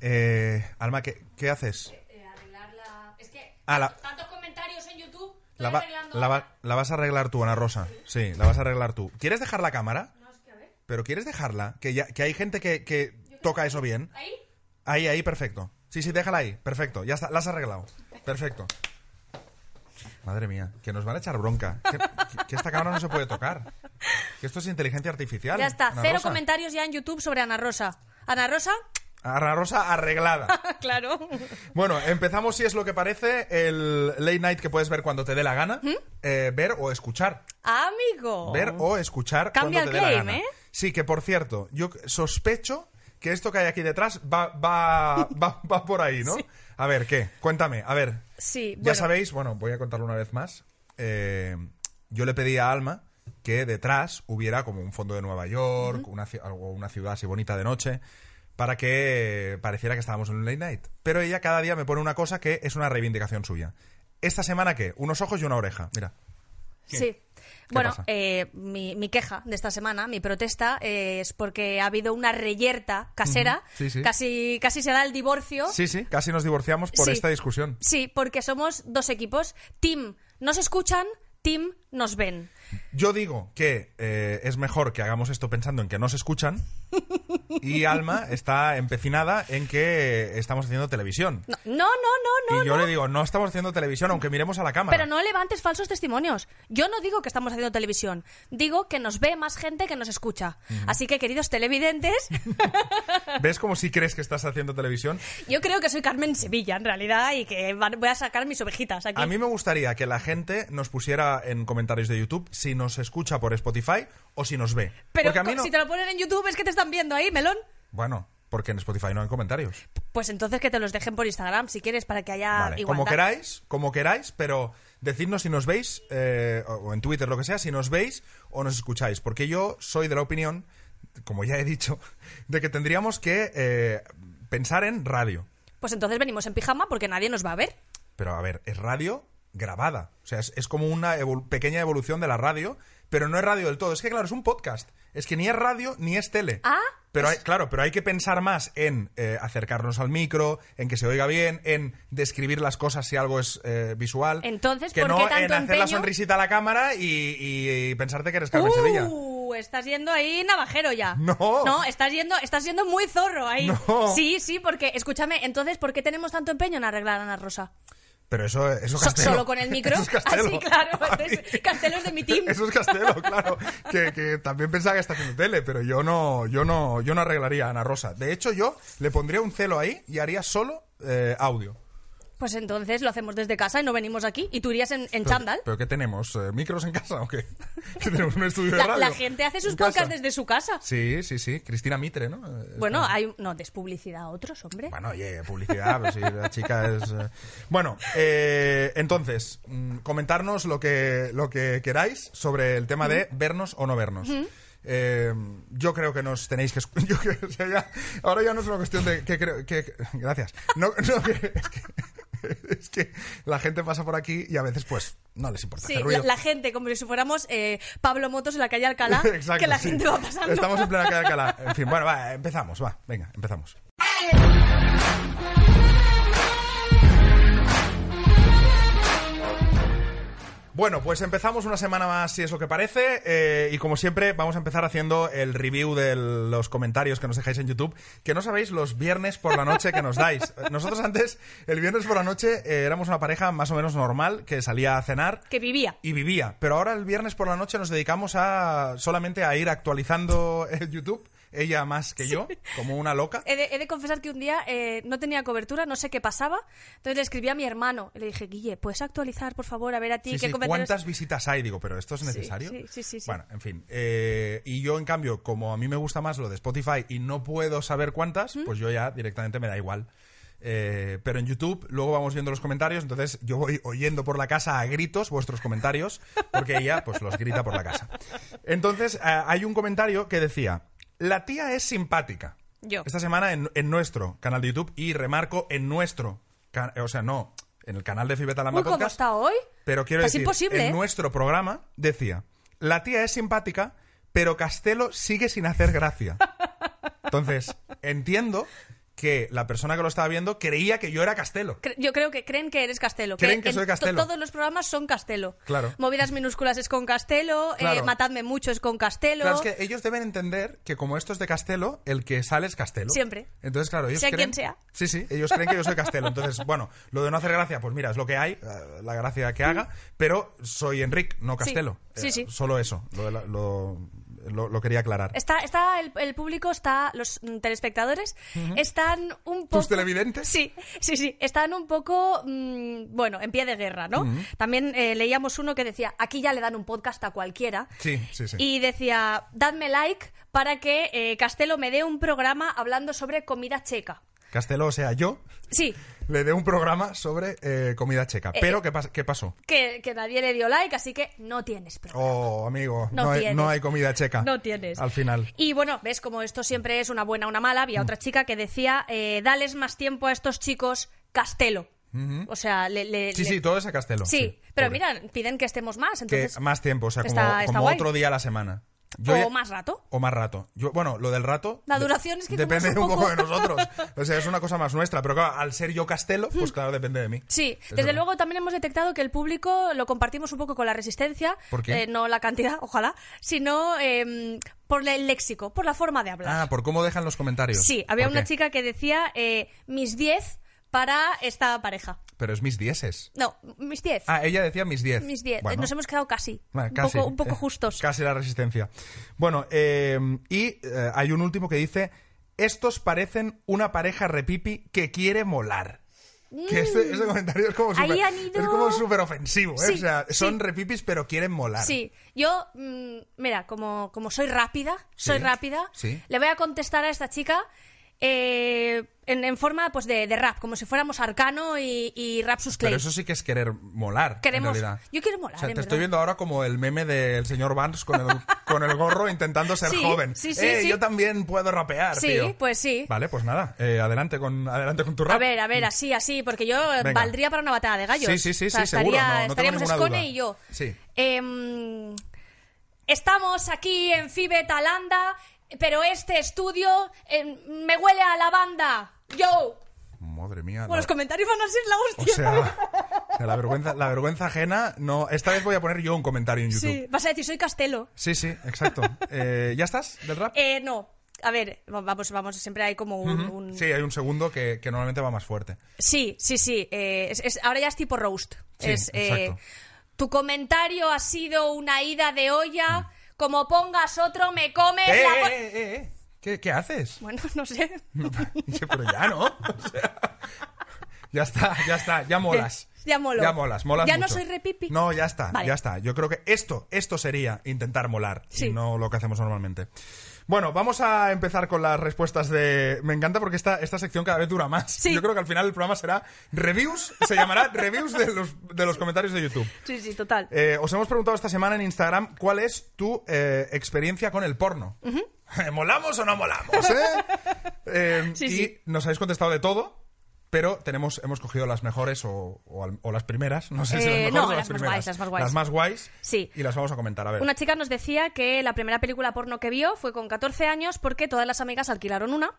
Eh, Alma, ¿qué, qué haces? Eh, arreglar la... Es que Ah, la- tantos comentarios en YouTube. Estoy La, va- arreglando... la va- la vas a arreglar tú, Ana Rosa. Sí, la vas a arreglar tú. ¿Quieres dejar la cámara? No, es que a ver. ¿Pero quieres dejarla? Que, ya, que hay gente que, que toca eso bien. ¿Ahí? Ahí, ahí, perfecto. Sí, sí, déjala ahí. Perfecto, ya está, la has arreglado. Perfecto. Madre mía, que nos van a echar bronca. Que, que esta cámara no se puede tocar. Que esto es inteligencia artificial. Ya está. Ana Cero Rosa. comentarios ya en YouTube sobre Ana Rosa. ¿Ana Rosa? Ana Rosa arreglada. claro. Bueno, empezamos, si es lo que parece, el late night que puedes ver cuando te dé la gana. ¿Mm? Eh, ver o escuchar. Amigo. Ver o escuchar Oh. Cambia cuando te dé el la claim, gana. ¿eh? Sí, que por cierto, yo sospecho que esto que hay aquí detrás va, va, va, va por ahí, ¿no? A ver, ¿qué? Cuéntame, a ver. Sí, Ya bueno. sabéis, bueno, voy a contarlo una vez más. Eh, yo le pedí a Alma que detrás hubiera como un fondo de Nueva York, una, ci- algo- una ciudad así bonita de noche, para que pareciera que estábamos en un late night. Pero ella cada día me pone una cosa que es una reivindicación suya. ¿Esta semana qué? Unos ojos y una oreja. Mira. Sí. Bueno, pasa? eh, mi, mi queja de esta semana, mi protesta, eh, es porque ha habido una reyerta casera. Ujú. Sí, sí. Casi, casi se da el divorcio. Sí, sí, casi nos divorciamos por Sí. esta discusión. Sí, porque somos dos equipos. Team, nos escuchan, team, nos ven. Yo digo que eh, es mejor que hagamos esto pensando en que nos escuchan y Alma está empecinada en que estamos haciendo televisión. No, no, no, no, no. y yo le digo, no estamos haciendo televisión, aunque miremos a la cámara. Pero no levantes falsos testimonios. Yo no digo que estamos haciendo televisión. Digo que nos ve más gente que nos escucha. Así que, queridos televidentes, ¿Ves como si crees que estás haciendo televisión? yo creo que soy Carmen Sevilla, en realidad, y que van- voy a sacar mis ovejitas aquí. A mí me gustaría que la gente nos pusiera en comentarios de YouTube si nos escucha por Spotify o si nos ve. Pero porque a mí co- no... si te lo ponen en YouTube es que te están viendo ahí, melón. Bueno, porque en Spotify no hay comentarios. Pues entonces que te los dejen por Instagram, si quieres, para que haya Vale, igualdad. como queráis, como queráis, pero decidnos si nos veis, eh, o- o en Twitter, lo que sea, si nos veis o nos escucháis. Porque yo soy de la opinión, como ya he dicho, de que tendríamos que eh, pensar en radio. Pues entonces venimos en pijama porque nadie nos va a ver. Pero a ver, es radio grabada. O sea, es, es como una evol- pequeña evolución de la radio, pero no es radio del todo. Es que, claro, es un podcast. Es que ni es radio ni es tele. Ah, Pero hay- claro, pero hay que pensar más en eh, acercarnos al micro, en que se oiga bien, en describir las cosas si algo es eh, visual. Entonces, que ¿por no qué en tanto hacer la empeño? sonrisita a la cámara y, y- y pensarte que eres Carmen Sevilla. Uh, estás yendo ahí navajero ya. No. No, estás yendo, estás yendo muy zorro ahí. No. Sí, sí, porque, escúchame, entonces, ¿por qué tenemos tanto empeño en arreglar a Ana Rosa? Pero eso, eso es So- Castelo. solo con el micro. Eso es Castelo. Así, claro. A mí- entonces, Castelo es de mi team. Eso es Castelo, claro. Que, que también pensaba que está haciendo tele, pero yo no, yo no, yo no arreglaría a Ana Rosa. De hecho, yo le pondría un celo ahí y haría solo eh, audio. Pues entonces lo hacemos desde casa y no venimos aquí. Y tú irías en, en Pero- chándal. ¿Pero qué tenemos? eh, ¿Micros en casa o qué? ¿Que tenemos un estudio de La, radio? la gente hace sus en casa? podcasts desde su casa. Sí, sí, sí. Cristina Mitre, ¿no? Eh, Bueno, está- hay. No, des publicidad a otros, hombre. Bueno, oye, publicidad, pero si la chica es... eh. Bueno, eh, entonces, mm, comentarnos lo que, lo que queráis sobre el tema de vernos o no vernos. Eh, yo creo que nos tenéis que... escu- yo creo- o sea, ya- ahora ya no es una cuestión de... Que creo, que, gracias. No, no, que- es, que, es que la gente pasa por aquí y a veces pues no les importa. Sí, hacer la, ruido. la gente, como si fuéramos eh, Pablo Motos en la calle Alcalá, Exacto, que la sí. gente va pasando. Estamos en plena calle Alcalá. En fin, bueno, va, empezamos, va, venga, empezamos. Bueno, pues empezamos una semana más, si es lo que parece, eh, y como siempre vamos a empezar haciendo el review de los comentarios que nos dejáis en YouTube, que no sabéis los viernes por la noche que nos dais. Nosotros antes, el viernes por la noche, eh, éramos una pareja más o menos normal que salía a cenar Que vivía. y vivía. Pero ahora el viernes por la noche nos dedicamos a solamente a ir actualizando el YouTube, ella más que yo, como una loca. He de, he de confesar que un día eh, no tenía cobertura, no sé qué pasaba. Entonces le escribí a mi hermano y le dije, Guille, ¿puedes actualizar, por favor, a ver a Sí, ti qué sí, comentarios? ¿Cuántas visitas hay? Digo, pero ¿esto es necesario? sí, sí, sí, sí. Bueno, en fin. eh, y yo, en cambio, como a mí me gusta más lo de Spotify y no puedo saber cuántas, pues yo ya directamente me da igual. Eh, pero en YouTube luego vamos viendo los comentarios, entonces yo voy oyendo por la casa a gritos vuestros comentarios, porque ella pues los grita por la casa. Entonces eh, hay un comentario que decía, la tía es simpática. Yo. Esta semana en, en nuestro canal de YouTube y remarco en nuestro, ca- o sea, no, en el canal de Fibeta la Uy, ¿cómo está hoy? pero quiero Es decir, imposible, en ¿eh? nuestro programa decía, la tía es simpática, pero Castelo sigue sin hacer gracia. Entonces, entiendo que la persona que lo estaba viendo creía que yo era Castelo. Cre- Yo creo que creen que eres Castelo. Creen que en soy to- Castelo. Todos los programas son Castelo. Claro. Movidas minúsculas es con Castelo, eh, Claro. Matadme mucho es con Castelo. Claro, es que ellos deben entender que como esto es de Castelo, el que sale es Castelo. Siempre. Entonces, claro, ellos Sea creen... quien sea. Sí, sí, ellos creen que yo soy Castelo. Entonces, bueno, lo de no hacer gracia, pues mira, es lo que hay, eh, la gracia que haga, pero soy Enric, no Castelo. Eh, Sí, sí. Solo eso, lo, de la- lo- lo- lo quería aclarar. Está, está el, el público, está los mm, telespectadores, están un poco... televidentes? Sí, sí, sí. Están un poco, mm, bueno, en pie de guerra, ¿no? También eh, leíamos uno que decía, aquí ya le dan un podcast a cualquiera. Sí, sí, sí. Y decía, dadme like para que eh, Castelo me dé un programa hablando sobre comida checa. Castelo, o sea, yo Sí, le dé un programa sobre eh, comida checa. pero, ¿qué, pas- ¿qué pasó? que, que nadie le dio like, así que no tienes programa. Oh, amigo, No no, hay, tienes. no hay comida checa. No tienes. Al final. Y bueno, ves como esto siempre es una buena, una mala. Había otra chica que decía, eh, dales más tiempo a estos chicos, Castelo. O sea, le... le- Sí, le- sí, todo es a Castelo. Sí, pero pobre. mira, piden que estemos más, que entonces... más tiempo, o sea, como, está- está como guay. otro día a la semana. o ya- más rato. O más rato. Yo, bueno, lo del rato. La de- duración es que como Depende es un un poco poco- de nosotros. O sea, es una cosa más nuestra. Pero claro, al ser yo Castelo, pues claro, depende de mí. Hmm. Sí, Es desde verdad. luego también hemos detectado que el público lo compartimos un poco con la resistencia, ¿Por qué? eh, no la cantidad, ojalá, sino em, por el léxico, por la forma de hablar. Ah, por cómo dejan los comentarios. sí, había ¿Por una qué? chica que decía eh, mis 10 para esta pareja. Pero es mis dieces. No, mis 10. Ah, ella decía mis diez. Mis 10. Bueno. Nos hemos quedado casi. Bueno, un, casi. poco, un poco Eh, justos. Casi la resistencia. Bueno, eh, y eh, hay un último que dice: Estos parecen una pareja repipi que quiere molar. Que este, este comentario es como Mm. Ahí súper- han ido- es como súper ofensivo. ¿eh? Sí, o sea, son sí. repipis pero quieren molar. Sí, yo, mm, mira, como, como soy rápida, soy Sí, rápida, sí. le voy a contestar a esta chica eh, en, en forma pues de, de rap, como si fuéramos Arcano y, y Rapsus Clay. Pero eso sí que es querer molar. Queremos- En realidad. yo quiero molar, O sea, en te estoy verdad. viendo ahora como el meme del señor Vance con el, con el gorro intentando ser Sí, joven. sí, sí, "Eh, sí. Yo también puedo rapear. Sí, tío". pues sí. Vale, pues nada. eh, adelante, con, adelante con tu rap. A ver, a ver, así, así, porque yo eh, Venga. valdría para una batalla de gallos. Sí, sí, sí, O sea, sí, seguro, estaría- no- no tengo estaríamos ninguna Escone duda. y yo. Sí. Em, estamos aquí en Fibetalanda, pero este estudio em, me huele a lavanda. Yo. Madre mía. Bueno, la- los comentarios van a ser la O hostia. sea, o sea, la vergüenza, la vergüenza ajena, no. Esta vez voy a poner yo un comentario en Sí, YouTube. vas a decir, soy Castelo. Sí, sí, exacto. Eh, ¿Ya estás del rap? Eh, no. A ver, va- vamos, vamos, siempre hay como un... un- Sí, hay un segundo que, que normalmente va más fuerte. Sí, sí, sí. eh, es- es- ahora ya es tipo roast. Sí, es, eh, exacto. tu comentario ha sido una ida de olla. Como pongas otro, me comes Mm. ¡Eh, la... po- eh, eh, eh, eh! ¿Qué, qué haces? Bueno, no sé. Dice, Pero ya no. O sea, ya está, ya está, ya molas. Eh, ya molo. Ya molas, molas Ya no mucho. soy repipi. No, ya está, Vale. ya está. Yo creo que esto, esto sería intentar molar, y Sí. no lo que hacemos normalmente. Bueno, vamos a empezar con las respuestas de... Me encanta porque esta, esta sección cada vez dura más. Sí. Yo creo que al final el programa será reviews, se llamará reviews de los, de los comentarios de YouTube. Sí, sí, total. Eh, os hemos preguntado esta semana en Instagram cuál es tu eh, experiencia con el porno. ¿Molamos o no molamos? eh? Eh, Sí, y sí. nos habéis contestado de todo, pero tenemos, hemos cogido las mejores o, o al- o las primeras. No sé si Eh, las mejores no, o las, las más primeras. guays, las más guays. guays, Sí. Y las vamos a comentar. A ver. Una chica nos decía que la primera película porno que vio fue con 14 años porque todas las amigas alquilaron una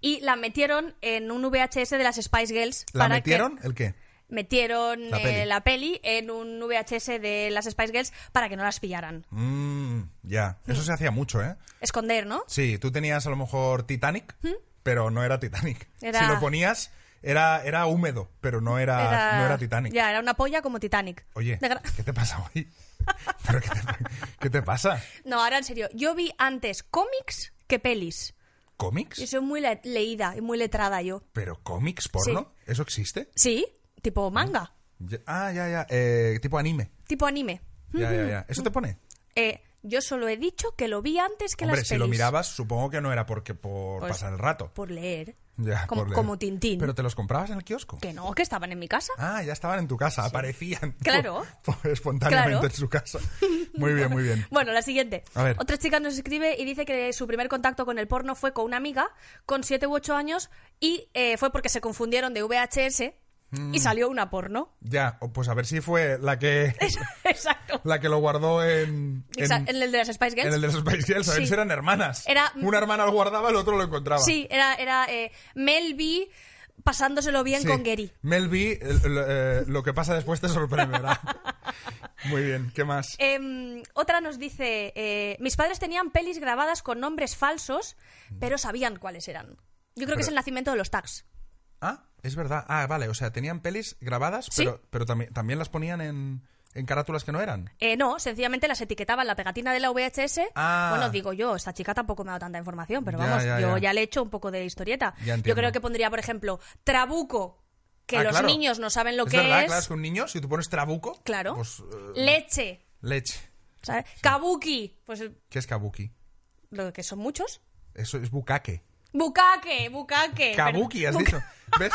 y la metieron en un VHS de las Spice Girls. ¿La para metieron? Que ¿El qué? metieron La eh, peli. la peli en un VHS de las Spice Girls para que no las pillaran. Mm, ya. Eso se hacía mucho, ¿eh? Esconder, ¿no? Sí, tú tenías a lo mejor Titanic, pero no era Titanic. ¿Mm? Era- Si lo ponías, era, era húmedo, pero no era, Ah, no era Titanic. Ya, era una polla como Titanic. Oye, De gra- ¿qué te pasa hoy? ¿Pero qué, te, qué te pasa? No, ahora en serio, yo vi antes cómics que pelis. Yo ¿Cómics? soy muy le- leída y muy letrada yo. ¿Pero cómics porno? ¿Eso existe? Sí, tipo manga, Ya- ah, ya, ya. eh, tipo anime. tipo anime. Ya, ya, ya. ¿Eso te pone? Eh, yo solo he dicho que lo vi antes que Hombre, las si pelis. lo mirabas, supongo que no era porque por Pues- pasar el rato. Por leer. Ya, como, por leer. como Tintín. ¿Pero te los comprabas en el kiosco? Que no, que estaban en mi casa. Ah, ya estaban en tu casa, aparecían. Claro. por- por- espontáneamente Claro. en su casa. Muy bien, muy bien. Bueno, la siguiente. A ver. Otra chica nos escribe y dice que su primer contacto con el porno fue con una amiga con 7 u 8 años y eh, fue porque se confundieron de VHS Mm. y salió una porno. Ya, o pues a ver si fue la que Exacto. la que lo guardó en, en, Exa- en el de las Spice Girls. en el de los Spice Girls. A ver Sí. si eran hermanas. Era- Una hermana lo guardaba, el otro lo encontraba. Sí, era, era eh, Mel B pasándoselo bien Sí. con Gary. Mel B, el- el- eh, lo que pasa después te sorprenderá. Muy bien, ¿qué más? Em, otra nos dice, eh, mis padres tenían pelis grabadas con nombres falsos, Mm. pero sabían cuáles eran. Yo creo que es el nacimiento de los tags. Ah, es verdad. Ah, vale, o sea, tenían pelis grabadas, Sí. pero, pero también, también las ponían en, en carátulas que no eran. Eh, no, sencillamente las etiquetaban la pegatina de la VHS. Ah. Bueno, digo yo, esta chica tampoco me ha dado tanta información, pero Ya, vamos, ya, yo ya. ya le he hecho un poco de historieta. Ya entiendo. yo creo que pondría, por ejemplo, Trabuco, que Ah, los claro. niños no saben lo es que verdad, es. claro, es que un niño, si tú pones trabuco, Claro. pues eh, Leche, leche, ¿sabes? Kabuki, pues que es kabuki. lo que son muchos. Eso es bucaque. Bukake, bukake. Kabuki, has Buka- dicho. ¿Ves?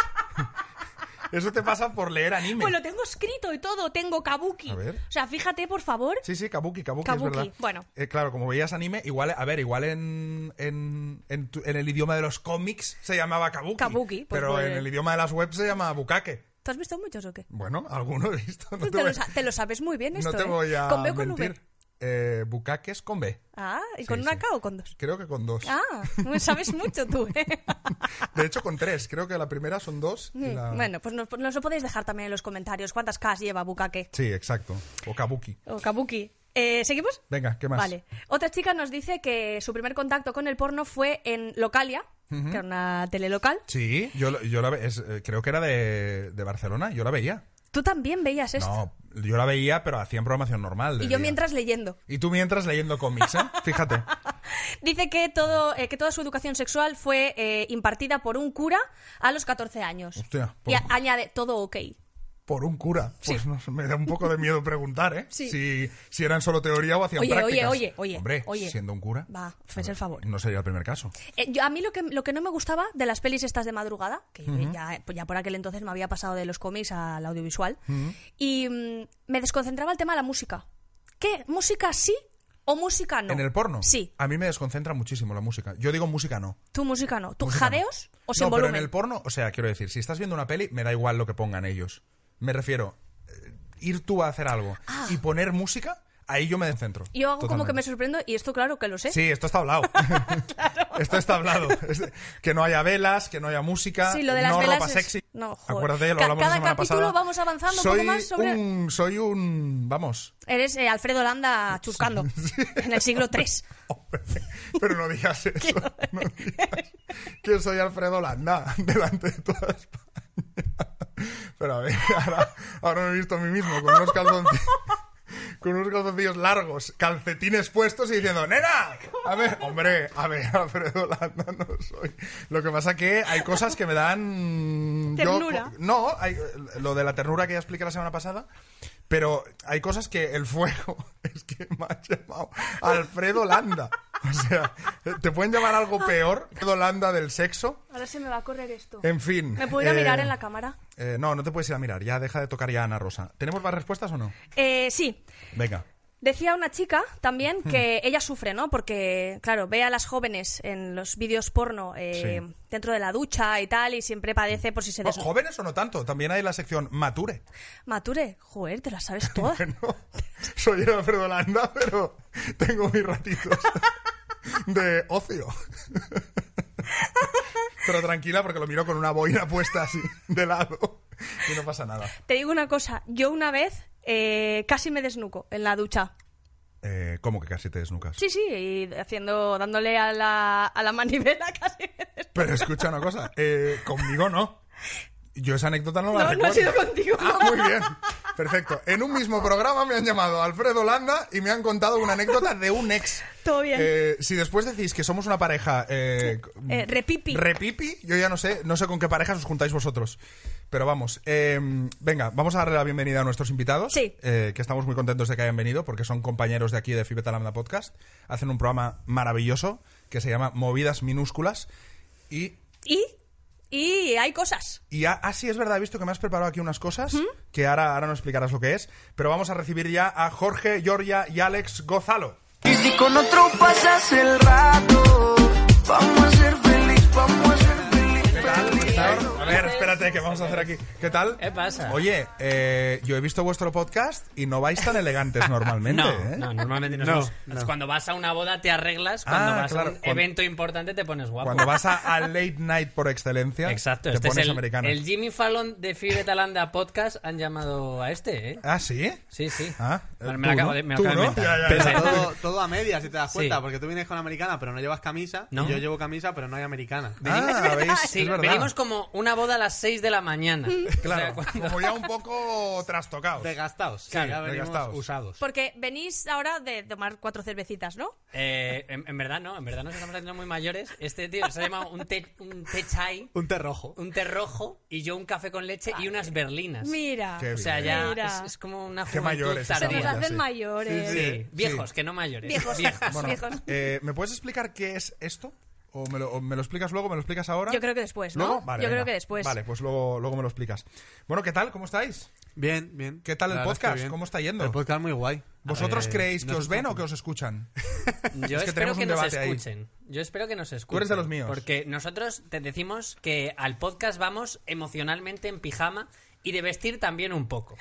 Eso te pasa por leer anime. Pues lo tengo escrito y todo, tengo kabuki. A ver. O sea, fíjate, por favor. Sí, sí, Kabuki, Kabuki, Kabuki, es verdad. bueno. Eh, claro, como veías anime, igual, a ver, igual en, en, en, tu- en el idioma de los cómics se llamaba Kabuki. Kabuki, pues pero puede- en el idioma de las webs se llama Bukake. ¿Tú has visto muchos o qué? Bueno, alguno he visto. No Tú te, te, voy, lo, sa- te lo sabes muy bien no esto. te ¿eh? voy a ¿Con B o con mentir. V? Eh, Bukake es con B. Ah, ¿y Sí, con una sí. K o con dos? Creo que con dos. Ah, sabes mucho tú, ¿eh? De hecho, con tres. Creo que la primera son dos. y la- Bueno, pues nos, nos lo podéis dejar también en los comentarios. ¿Cuántas Ks lleva Bukake? Sí, exacto. O Kabuki. O Kabuki. Eh, ¿Seguimos? Venga, ¿qué más? Vale. Otra chica nos dice que su primer contacto con el porno fue en Localia, que era una tele local. Sí, yo, lo- yo la ve- es, eh, creo que era de, de Barcelona. Yo la veía. Tú también veías esto. No, yo la veía, pero hacían programación normal. de y yo día. mientras leyendo. Y tú mientras leyendo cómics, ¿eh? Fíjate. Dice que, todo, eh, que toda su educación sexual fue eh, impartida por un cura a los 14 años. Hostia, pues. Y a- por- añade, todo ok. Por un cura. Pues no sé, me da un poco de miedo preguntar, ¿eh? Sí. Si, si eran solo teoría o hacían Oye, oye, prácticas. oye, oye, Hombre, oye. siendo un cura, Va, fes el favor. no sería el primer caso. Eh, yo- a mí lo que, lo que no me gustaba de las pelis estas de madrugada, que yo ya, pues ya por aquel entonces me había pasado de los cómics al audiovisual, y mm, me desconcentraba el tema de la música. ¿Qué? ¿Música sí o música no? ¿En el porno? Sí. A mí me desconcentra muchísimo la música. Yo digo música no. ¿Tú música no? ¿Tú Música no. jadeos o No, sin pero volumen? en el porno, o sea, quiero decir, si estás viendo una peli, me da igual lo que pongan ellos. Me refiero, eh, ir tú a hacer algo y poner música, ahí yo me descentro. Ah. Yo hago como que me Totalmente. sorprendo y esto claro que lo sé. Sí, esto está hablado. Esto está hablado. Es de- que no haya velas, que no haya música, Sí, lo de las no velas ropa es- sexy. no, joder. Acuérdate, lo Ca- hablamos la cada semana capítulo pasada. vamos avanzando un soy poco más sobre- Un, soy un... Vamos. Eres eh, Alfredo Landa chuscando en el siglo III. Hombre, Pero no digas eso. no digas que soy Alfredo Landa delante de toda España. Pero a ver, ahora, ahora me he visto a mí mismo con unos calzoncillos, con unos calzoncillos largos, calcetines puestos y diciendo, ¡Nena! A ver, hombre, a ver, Alfredo Landa no soy. Lo que pasa que hay cosas que me dan... yo- Ternura. no, hay- lo de la ternura que ya expliqué la semana pasada, pero hay cosas que el fuego es que me ha llamado Alfredo Landa. O sea, ¿te pueden llamar algo peor? Alfredo Landa del sexo. Ahora se me va a correr esto. En fin. ¿Me puedo ir a eh, mirar en la cámara? eh, no, no te puedes ir a mirar. Ya deja de tocar ya a Ana Rosa. ¿Tenemos más respuestas o no? Eh, sí. Venga. Decía una chica también que Hmm. ella sufre, ¿no? Porque, claro, ve a las jóvenes en los vídeos porno eh, Sí. Oh, dentro de la ducha y tal, y siempre padece por si se Bueno, des... ¿Jóvenes o no tanto? También hay la sección Mature. Mature, joder, te las sabes todas. Bueno, soy Alfredo Landa, pero tengo mis ratitos de ocio. Pero tranquila, porque lo miro con una boina puesta así, de lado, y no pasa nada. te digo una cosa, yo una vez eh, casi me desnuco en la ducha. Eh, ¿Cómo que casi te desnucas? Sí, sí, y haciendo, dándole a la, a la manivela casi me desnuco. Pero escucha una cosa, eh, conmigo no. Yo esa anécdota no la No, no recuerdo. ha sido contigo. Ah, muy bien. Perfecto. En un mismo programa me han llamado Alfredo Landa y me han contado una anécdota de un ex. Todo bien. Eh, si después decís que somos una pareja... eh, Eh, repipi. Repipi, yo ya no sé, no sé con qué parejas os juntáis vosotros. Pero vamos, eh, venga, vamos a darle la bienvenida a nuestros invitados. Sí. eh, que estamos muy contentos de que hayan venido porque son compañeros de aquí de Fibeta Lambda Podcast. Hacen un programa maravilloso que se llama Movidas Minúsculas. Y, Y, y hay cosas. y a- ah, sí, es verdad, he visto que me has preparado aquí unas cosas que ahora, ahora no explicarás lo que es. Pero vamos a recibir ya a Jorge, Georgia y Alex Gozalo. Y si con otro pasas el rato, vamos a ser feliz, vamos a ser feliz. A ver, espérate, que vamos vamos a hacer aquí. ¿Qué tal? ¿Qué pasa? Oye, eh, yo he visto vuestro podcast y no vais tan elegantes normalmente, No, ¿eh? no, normalmente nosotros, No, cuando vas a una boda te arreglas, cuando Ah, vas claro, a un cuando- evento importante te pones guapo. Cuando vas a, a late night por excelencia, Exacto, te este es pones el, americano. el Jimmy Fallon de Fibetalanda Podcast han llamado a este, ¿eh? Ah, sí. Sí, sí. Ah, me, eh, me tú, lo acabo ¿no? de, me lo Tú, acabo de ¿no? inventar. Ya, ya, Pero Sí. todo, todo a medias, si te das cuenta, Sí. porque tú vienes con americana, pero no llevas camisa. No. Y yo llevo camisa, pero no hay americana. Ah, veis, Sí, es verdad. venimos como una boda a las 6 de la mañana. Claro, O sea, cuando- como ya un poco trastocados. Desgastados. sí, Claro, ya venimos desgastados. usados. Porque venís ahora de tomar cuatro cervecitas, ¿no? Eh, en, en verdad no, en verdad nos estamos haciendo muy mayores. Este tío se llama un té, un té chai, Un té rojo. un té rojo y yo un café con leche y unas berlinas. Mira. Qué O sea, bien. ya Mira. es, es como una Qué juventud mayores Se tardía. estamos nos ya. hacen sí. mayores. Sí, sí. Eh, Viejos, que no mayores. Viejos, Bueno, viejos. eh, ¿Me puedes explicar qué es esto? ¿O me, lo, o me lo explicas luego? ¿Me lo explicas ahora? Yo creo que después, ¿no? ¿Luego? Vale, Yo creo venga. que después. Vale, pues luego, luego me lo explicas. Bueno, ¿qué tal? ¿Cómo estáis? Bien, bien. ¿Qué tal el La verdad podcast? que bien. ¿Cómo está yendo? El podcast muy guay. ¿Vosotros Eh, creéis que no os sé ven cómo- o que os escuchan? Yo Es que espero tenemos que un nos debate ahí. escuchen. Yo espero que nos escuchen. de los míos. Porque nosotros te decimos que al podcast vamos emocionalmente en pijama y de vestir también un poco.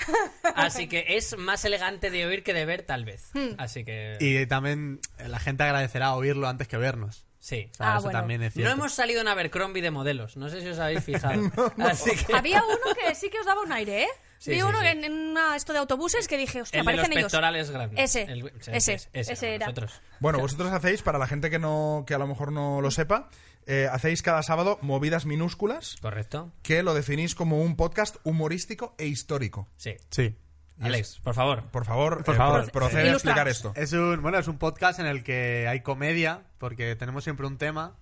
Así que es más elegante de oír que de ver, tal vez. Hmm. Así que. Y también eh, la gente agradecerá oírlo antes que vernos. Sí. O sea, Ah, eso bueno. también es No cierto. hemos salido en Abercrombie de modelos. No sé si os habéis fijado. Así que. Había uno que sí que os daba un aire, ¿eh? Sí, Vi sí, uno sí. que en, en una- esto de autobuses que dije, hostia, El de los aparecen ellos. pectorales grandes. Ese, El- ese, ese no, era. nosotros. Bueno, vosotros hacéis, para la gente que, no, que a lo mejor no lo sepa, eh, hacéis cada sábado movidas minúsculas Correcto. que lo definís como un podcast humorístico e histórico. Sí. Sí. Alex, por favor. Por favor, Por eh, favor. pro- procede a explicar Ilustraos. esto. Es un, bueno, es un podcast en el que hay comedia, porque tenemos siempre un tema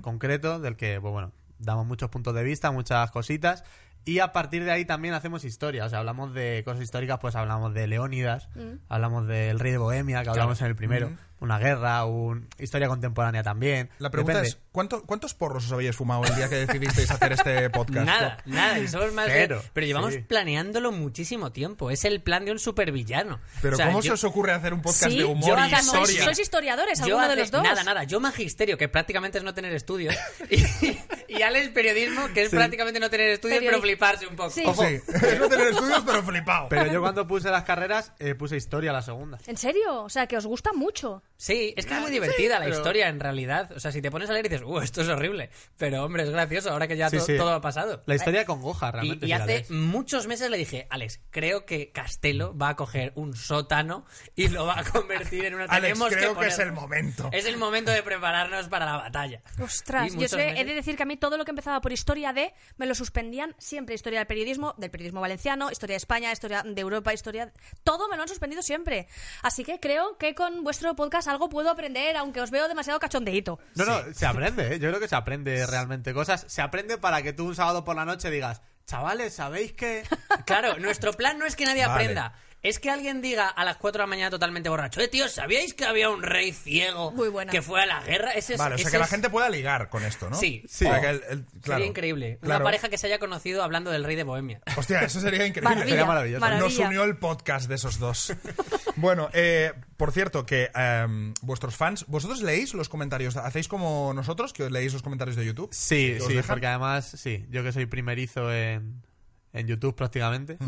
concreto del que, pues bueno, damos muchos puntos de vista, muchas cositas. Y a partir de ahí también hacemos historia. O sea, hablamos de cosas históricas, pues hablamos de Leónidas, Mm. hablamos del rey de Bohemia, que hablamos en el primero, una guerra, un, historia contemporánea también. Mm. La pregunta Depende. es, ¿cuánto- ¿cuántos porros os habíais fumado el día que decidisteis hacer este podcast? Nada, nada, y somos más de- Cero. Pero llevamos Sí. planeándolo muchísimo tiempo. Es el plan de un supervillano. Pero O sea, ¿cómo se yo- os ocurre hacer un podcast Sí, de humor yo y hago- Oiga, ¿sois, historia? sois historiadores, yo alguno de hace- los dos? Nada, nada. Yo magisterio, que prácticamente es no tener estudios. Y, y Alex periodismo, que es prácticamente no tener estudios, Periodista. pero fliparse un poco. Sí. Ojo, es no tener estudios, pero flipado. Pero yo cuando puse las carreras, eh, puse historia la segunda. ¿En serio? O sea, que os gusta mucho. Sí, es que es muy divertida la pero- historia en realidad. O sea, si te pones a leer dices, uh, esto es horrible. Pero hombre, es gracioso ahora que ya Sí, to- sí. todo ha pasado. La historia congoja, Y, realmente. y si la hace lees. muchos meses le dije, Alex, creo que Castelo va a coger un sótano y lo va a convertir en una... Alex, Tenemos creo que, es ponerlo". el momento. Es el momento de prepararnos para la batalla. Ostras, Y yo muchos sé, he meses- de decir que a mí todo lo que empezaba por historia de me lo suspendían siempre. Historia del periodismo, del periodismo valenciano, historia de España, historia de Europa, historia. Todo me lo han suspendido siempre. Así que creo que con vuestro podcast algo puedo aprender, aunque os veo demasiado cachondeíto. No, no, se aprende, ¿eh? Yo creo que se aprende realmente cosas. Se aprende para que tú un sábado por la noche digas, chavales, ¿sabéis que...? Claro, nuestro plan no es que nadie Vale. aprenda. Es que alguien diga a las 4 de la mañana totalmente borracho, eh, tío, ¿sabíais que había un rey ciego Muy buena. que fue a la guerra? Ese es- Vale, o sea ese que la es- gente pueda ligar con esto, ¿no? Sí. O sea, Sí. que el- el- claro. Sería increíble. Claro. Una pareja que se haya conocido hablando del rey de Bohemia. Hostia, eso sería increíble. Maravilla, Sería maravilloso. Nos maravilla. unió el podcast de esos dos. bueno, eh, por cierto, que em, vuestros fans, ¿vosotros leéis los comentarios? ¿Hacéis como nosotros, que leéis los comentarios de YouTube? Sí, ¿Os sí, dejan? porque además, sí, yo que soy primerizo en, en YouTube prácticamente,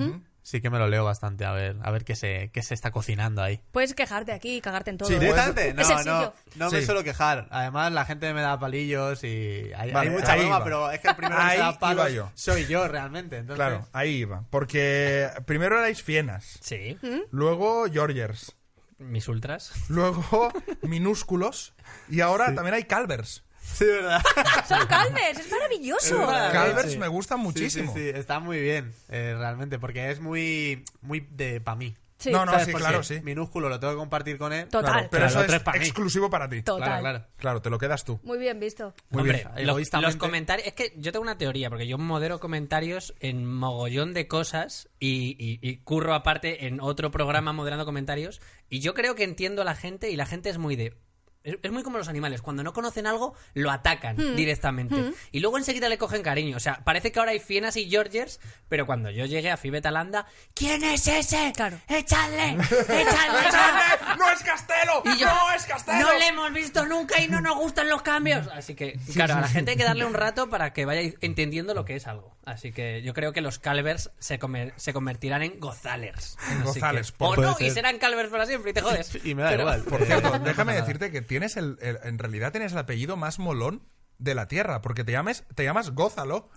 sí que me lo leo bastante, a ver, a ver qué se, qué se está cocinando ahí. Puedes quejarte aquí y cagarte en todo. Sí, ¿eh? ¿Directamente? Es No, sencillo. no, no me Sí. suelo quejar. Además, la gente me da palillos y hay, hay Vale, mucha ahí broma, iba. pero es que el primero que Ahí se da iba palos yo. soy yo realmente. Entonces, Claro, ahí iba. Porque primero erais fienas, Sí, luego Georgers, mis ultras. luego minúsculos y ahora también hay Calvers. Sí, ¿verdad? Son calmes, es maravilloso. Es verdad. Calvers sí. me gustan muchísimo. Sí, sí, sí, está muy bien, eh, realmente, porque es muy, muy de para mí. Sí. No, no, ¿Sabes? sí, Porque claro, sí. Minúsculo, lo tengo que compartir con él. Total. Claro, pero Claro, eso otro es es pa' mí. exclusivo para ti. Total. Claro, claro. Claro, te lo quedas tú. Muy bien visto. Muy Hombre, bien, lo- los egoístamente. comentarios. Es que yo tengo una teoría, porque yo modero comentarios en mogollón de cosas y, y- y curro aparte en otro programa moderando comentarios. Y yo creo que entiendo a la gente y la gente es muy de. Es, es muy como los animales, cuando no conocen algo, lo atacan directamente. Y luego enseguida le cogen cariño. O sea, parece que ahora hay fienas y Georgers, pero cuando yo llegué a Fibetalanda, ¿quién es ese? Claro. ¡Échale! ¡Échale! ¡Échale! ¡Échale! ¡No es Castelo! Y yo, ¡No es Castelo! No le hemos visto nunca y no nos gustan los cambios. Así que, claro, a la gente hay que darle un rato para que vaya entendiendo lo que es algo. Así que yo creo que los Calvers se, come- se convertirán en Gozalers. Así Gozalers, que- por- O puede no, y ser. serán Calvers para siempre y te jodes. Y me da Pero- igual. Por Eh, cierto, no pasa déjame nada. decirte que tienes el, el- en realidad tienes el apellido más molón de la tierra, porque te llames, te llamas Gózalo.